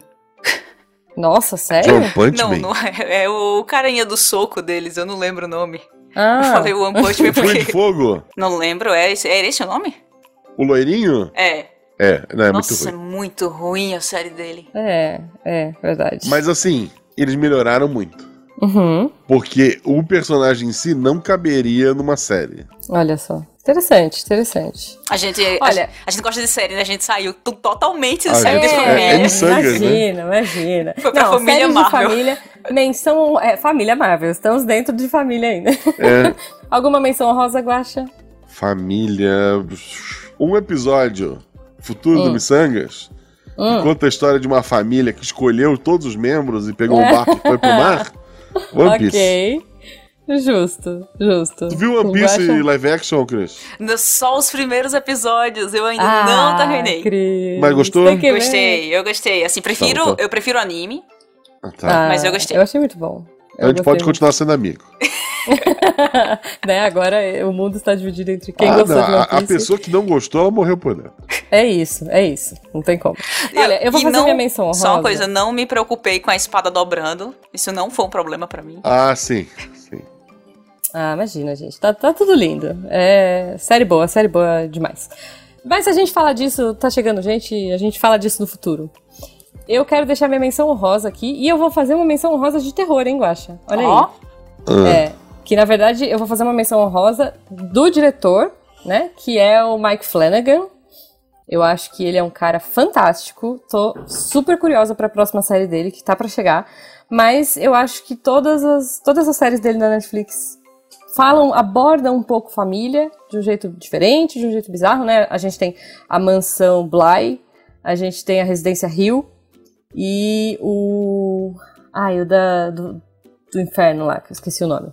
[SPEAKER 1] Nossa, sério?
[SPEAKER 2] John Punch
[SPEAKER 3] não,
[SPEAKER 2] Man.
[SPEAKER 3] não é. É o carinha do soco deles, eu não lembro o nome. Eu
[SPEAKER 1] Ah,
[SPEAKER 3] falei One Punch Man
[SPEAKER 2] Punho de
[SPEAKER 3] porque.
[SPEAKER 2] Fogo?
[SPEAKER 3] não lembro, é esse, é esse o nome?
[SPEAKER 2] O loirinho?
[SPEAKER 3] É.
[SPEAKER 2] É, não, é muito ruim.
[SPEAKER 3] Nossa, é muito ruim a série dele.
[SPEAKER 1] é, é, verdade.
[SPEAKER 2] Mas assim, eles melhoraram muito.
[SPEAKER 1] Uhum.
[SPEAKER 2] Porque o personagem em si não caberia numa série.
[SPEAKER 1] Olha só. Interessante, interessante.
[SPEAKER 3] A gente.
[SPEAKER 1] Olha-
[SPEAKER 3] Olha. A, gente gosta de série, né? A gente saiu to- totalmente do
[SPEAKER 2] Ah,
[SPEAKER 3] série
[SPEAKER 2] gente,
[SPEAKER 3] de
[SPEAKER 2] é-
[SPEAKER 3] família.
[SPEAKER 2] é sangue, né?
[SPEAKER 1] imagina, imagina.
[SPEAKER 3] Foi pra família
[SPEAKER 1] séries
[SPEAKER 3] Marvel.
[SPEAKER 1] de família, menção... É, família Marvel, estamos dentro de família ainda.
[SPEAKER 2] É.
[SPEAKER 1] Alguma menção honrosa, Guaxa?
[SPEAKER 2] Família. Um episódio, Futuro do Missangas,
[SPEAKER 1] Hum.
[SPEAKER 2] que conta a história de uma família que escolheu todos os membros e pegou um barco e foi pro mar. One Piece.
[SPEAKER 1] É. Ok. Justo, justo.
[SPEAKER 2] Tu viu One Piece
[SPEAKER 1] Guaxa?
[SPEAKER 2] live action, Chris?
[SPEAKER 3] No- Só os primeiros episódios, eu ainda
[SPEAKER 1] Ah,
[SPEAKER 3] não terminei.
[SPEAKER 1] Cris,
[SPEAKER 2] Mas gostou?
[SPEAKER 1] tem que ver.
[SPEAKER 3] Gostei, eu gostei. Assim, prefiro,
[SPEAKER 2] Então, então.
[SPEAKER 3] eu prefiro anime.
[SPEAKER 2] Ah, tá.
[SPEAKER 1] Ah,
[SPEAKER 3] Mas eu gostei.
[SPEAKER 1] Eu achei muito bom.
[SPEAKER 2] a gente pode
[SPEAKER 1] gostei
[SPEAKER 2] continuar sendo amigo.
[SPEAKER 1] muito. né, agora eh, o mundo está dividido entre quem
[SPEAKER 2] Ah,
[SPEAKER 1] gostou
[SPEAKER 2] não,
[SPEAKER 1] de One
[SPEAKER 2] a, a
[SPEAKER 1] Piece.
[SPEAKER 2] pessoa que não gostou, ela morreu por dentro.
[SPEAKER 1] É isso, é isso. Não tem como. Olha, eu vou
[SPEAKER 3] e
[SPEAKER 1] fazer
[SPEAKER 3] não-
[SPEAKER 1] minha menção honrosa.
[SPEAKER 3] Só uma coisa, não me preocupei com a espada dobrando. Isso não foi um problema pra mim.
[SPEAKER 2] Ah, sim. sim.
[SPEAKER 1] Ah, imagina, gente. Tá, tá tudo lindo. É série boa, série boa demais. Mas se a gente fala disso, tá chegando gente, a gente fala disso no futuro. Eu quero deixar minha menção honrosa aqui e eu vou fazer uma menção honrosa de terror, hein, Guaxa? Olha aí.
[SPEAKER 3] Ó,
[SPEAKER 2] Ah,
[SPEAKER 1] É, que na verdade eu vou fazer uma menção honrosa do diretor, né? Que é o Mike Flanagan. Eu acho que ele é um cara fantástico. Tô super curiosa pra próxima série dele, que tá pra chegar. Mas eu acho que todas as, todas as séries dele na Netflix falam, abordam um pouco família, de um jeito diferente, de um jeito bizarro, né? A gente tem a mansão Bly, a gente tem a residência Hill e o. Ai, o da, do, do inferno lá, que eu esqueci o nome.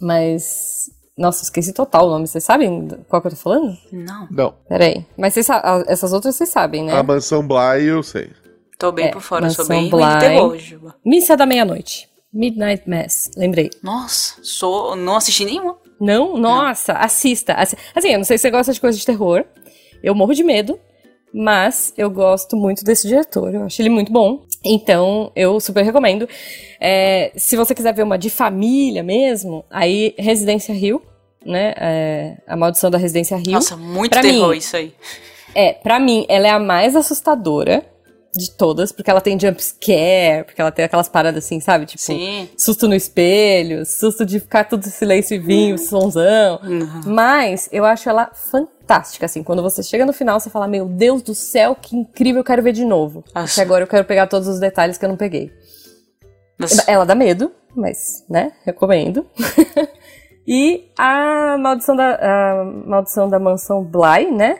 [SPEAKER 1] Mas. Nossa, esqueci total o nome. Vocês sabem qual que eu tô falando?
[SPEAKER 3] não.
[SPEAKER 2] Não.
[SPEAKER 1] Peraí. Mas vocês, sa- a- essas outras vocês sabem, né?
[SPEAKER 2] A mansão Bly, eu sei.
[SPEAKER 3] Tô bem
[SPEAKER 1] É,
[SPEAKER 3] por fora, eu sou
[SPEAKER 1] Mansão
[SPEAKER 3] bem ruim de
[SPEAKER 1] Bly.
[SPEAKER 3] terror, Juba.
[SPEAKER 1] Missa da Meia-Noite. Midnight Mass. Lembrei.
[SPEAKER 3] Nossa, sou, não assisti nenhuma.
[SPEAKER 1] Não? Nossa, assista. assi- Assim, eu não sei se você gosta de coisas de terror. Eu morro de medo. Mas eu gosto muito desse diretor. Eu acho ele muito bom. Então, eu super recomendo. É, se você quiser ver uma de família mesmo, aí Residência Rio, né? É, a Maldição da Residência Rio.
[SPEAKER 3] Nossa, muito
[SPEAKER 1] Pra
[SPEAKER 3] terror
[SPEAKER 1] mim.
[SPEAKER 3] isso aí.
[SPEAKER 1] É, pra mim, ela é a mais assustadora de todas, porque ela tem jump scare, porque ela tem aquelas paradas assim, sabe? Tipo,
[SPEAKER 3] Sim.
[SPEAKER 1] susto no espelho, susto de ficar tudo em silêncio e vinho, sonzão.
[SPEAKER 3] Uhum.
[SPEAKER 1] Mas eu acho ela fantástica, assim. Quando você chega no final, você fala, meu Deus do céu, que incrível, eu quero ver de novo.
[SPEAKER 3] Nossa.
[SPEAKER 1] Porque agora eu quero pegar todos os detalhes que eu não peguei.
[SPEAKER 3] Nossa,
[SPEAKER 1] Ela dá medo, mas, né, recomendo. e a maldição da, a maldição da mansão Bly, né?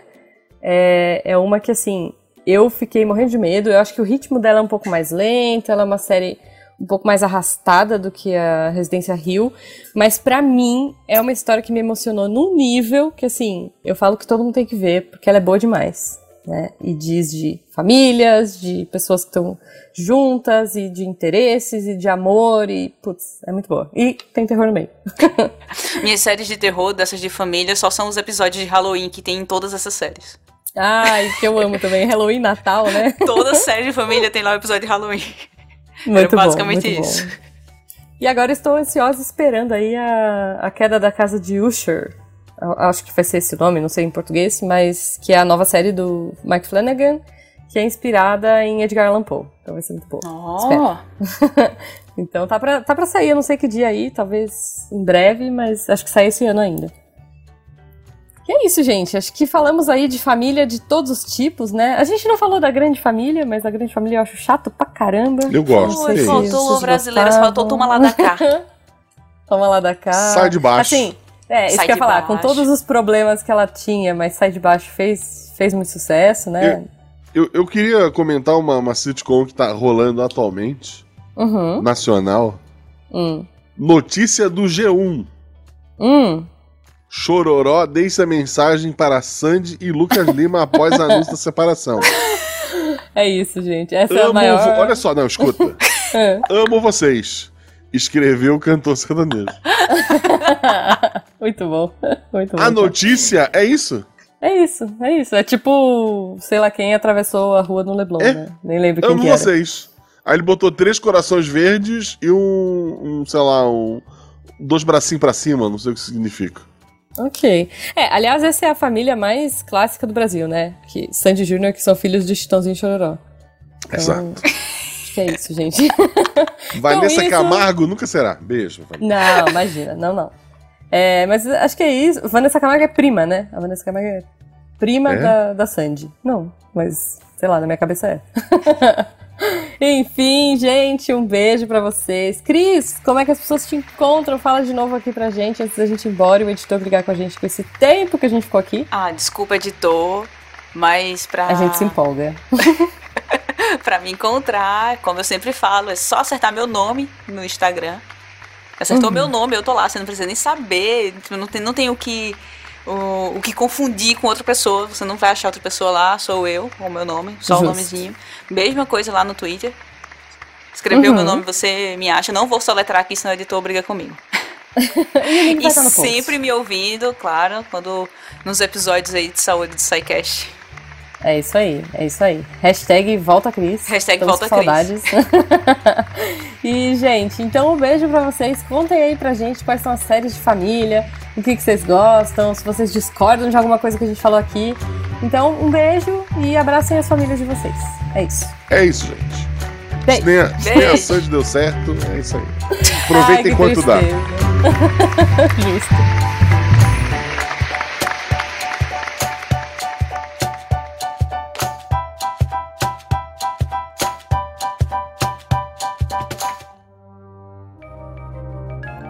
[SPEAKER 1] É, é uma que, assim, eu fiquei morrendo de medo. Eu acho que o ritmo dela é um pouco mais lento, ela é uma série um pouco mais arrastada do que a Residência Hill. Mas pra mim, é uma história que me emocionou num nível que, assim, eu falo que todo mundo tem que ver, porque ela é boa demais. né? E diz de famílias, de pessoas que estão juntas, e de interesses, e de amor, e putz, é muito boa. E tem terror no meio.
[SPEAKER 3] Minhas séries de terror, dessas de família, só são os episódios de Halloween que tem em todas essas séries.
[SPEAKER 1] Ai, que eu amo também. Halloween, Natal, né?
[SPEAKER 3] Toda série de família tem lá o episódio de Halloween.
[SPEAKER 1] Muito
[SPEAKER 3] Era
[SPEAKER 1] bom,
[SPEAKER 3] basicamente
[SPEAKER 1] muito
[SPEAKER 3] isso.
[SPEAKER 1] bom. E agora estou ansiosa esperando aí a, a queda da casa de Usher. A- Acho que vai ser esse nome, não sei em português, mas que é a nova série do Mike Flanagan, que é inspirada em Edgar Allan Poe. Então vai ser muito bom.
[SPEAKER 3] Oh,
[SPEAKER 1] Então tá pra, tá pra sair, eu não sei que dia aí, talvez em breve, mas acho que sai esse ano ainda. E é isso, gente. Acho que falamos aí de família de todos os tipos, né? A gente não falou da grande família, mas a grande família eu acho chato pra caramba.
[SPEAKER 2] Eu gosto.
[SPEAKER 1] Nossa,
[SPEAKER 3] Oi,
[SPEAKER 2] sei.
[SPEAKER 1] gente.
[SPEAKER 3] faltou o
[SPEAKER 1] vocês
[SPEAKER 3] brasileiro,
[SPEAKER 1] gostavam?
[SPEAKER 3] faltou toma lá da cá.
[SPEAKER 1] Toma lá da cá.
[SPEAKER 2] Sai de baixo.
[SPEAKER 1] Assim, é, isso
[SPEAKER 3] Sai
[SPEAKER 1] que eu ia
[SPEAKER 3] de
[SPEAKER 1] falar, com
[SPEAKER 3] baixo.
[SPEAKER 1] todos os problemas que ela tinha, mas Sai de Baixo fez, fez muito sucesso, né?
[SPEAKER 2] Eu, eu queria comentar uma, uma sitcom que tá rolando atualmente,
[SPEAKER 1] Uhum.
[SPEAKER 2] nacional.
[SPEAKER 1] Hum.
[SPEAKER 2] Notícia do G1.
[SPEAKER 1] Hum.
[SPEAKER 2] Chororó deixa mensagem para Sandy e Lucas Lima após anúncio da separação.
[SPEAKER 1] É isso, gente. Essa é a
[SPEAKER 2] Amo
[SPEAKER 1] maior...
[SPEAKER 2] vo- Olha só, não, escuta.
[SPEAKER 1] É.
[SPEAKER 2] Amo vocês. Escreveu o cantor sertanejo.
[SPEAKER 1] muito bom. Muito bom. tá?
[SPEAKER 2] A notícia é isso?
[SPEAKER 1] É isso, é isso. É tipo, sei lá quem atravessou a rua no Leblon,
[SPEAKER 2] É.
[SPEAKER 1] né? Nem lembro quem
[SPEAKER 2] Amo
[SPEAKER 1] que era.
[SPEAKER 2] vocês. Aí ele botou três corações verdes e um, um, sei lá, um. Dois bracinhos pra cima, não sei o que significa.
[SPEAKER 1] Ok. É, aliás, essa é a família mais clássica do Brasil, né? Que Sandy e Júnior, que são filhos de Chitãozinho e Chororó. Então,
[SPEAKER 2] Exato.
[SPEAKER 1] Acho que é isso, gente.
[SPEAKER 2] Vanessa
[SPEAKER 1] Então isso-
[SPEAKER 2] Camargo nunca será. Beijo. Vanessa.
[SPEAKER 1] Não, imagina, não, não. É, mas acho que é isso. Vanessa Camargo é prima, né? A Vanessa Camargo é prima
[SPEAKER 2] É?
[SPEAKER 1] da, da Sandy. Não, mas sei lá, na minha cabeça é. Enfim, gente, um beijo pra vocês. Cris, como é que as pessoas te encontram? Fala de novo aqui pra gente antes da gente ir embora e o editor brigar com a gente com esse tempo que a gente ficou aqui.
[SPEAKER 3] Ah, desculpa, editor. Mas pra,
[SPEAKER 1] A gente se empolga.
[SPEAKER 3] pra me encontrar, como eu sempre falo, é só acertar meu nome no Instagram. Acertou
[SPEAKER 1] Uhum.
[SPEAKER 3] meu nome, eu tô lá, você não precisa nem saber. tipo, Não tem, não tem o que. O, o que confundir com outra pessoa. Você não vai achar outra pessoa lá, sou eu, com o meu nome, só
[SPEAKER 1] Justo.
[SPEAKER 3] o nomezinho. Mesma coisa lá no Twitter. Escreveu
[SPEAKER 1] Uhum.
[SPEAKER 3] meu nome, você me acha. Não vou soletrar aqui, senão o editor briga comigo.
[SPEAKER 1] E o link
[SPEAKER 3] E
[SPEAKER 1] vai estar no post.
[SPEAKER 3] sempre me ouvindo, claro, quando nos episódios aí de saúde do SciCast.
[SPEAKER 1] É isso aí, é isso aí. Hashtag volta Cris.
[SPEAKER 3] Hashtag
[SPEAKER 1] Estamos
[SPEAKER 3] volta
[SPEAKER 1] com saudades. e, gente, então um beijo pra vocês. Contem aí pra gente quais são as séries de família, o que, que vocês gostam, se vocês discordam de alguma coisa que a gente falou aqui. Então, um beijo e abracem as famílias de vocês. É isso.
[SPEAKER 2] É isso, gente.
[SPEAKER 1] Beijo.
[SPEAKER 2] Se nem a- Se nem a
[SPEAKER 3] Beijo.
[SPEAKER 2] Sandy deu certo, é isso aí.
[SPEAKER 1] Ai,
[SPEAKER 2] Aproveita
[SPEAKER 1] que
[SPEAKER 2] enquanto dá.
[SPEAKER 1] tristeza. Justo.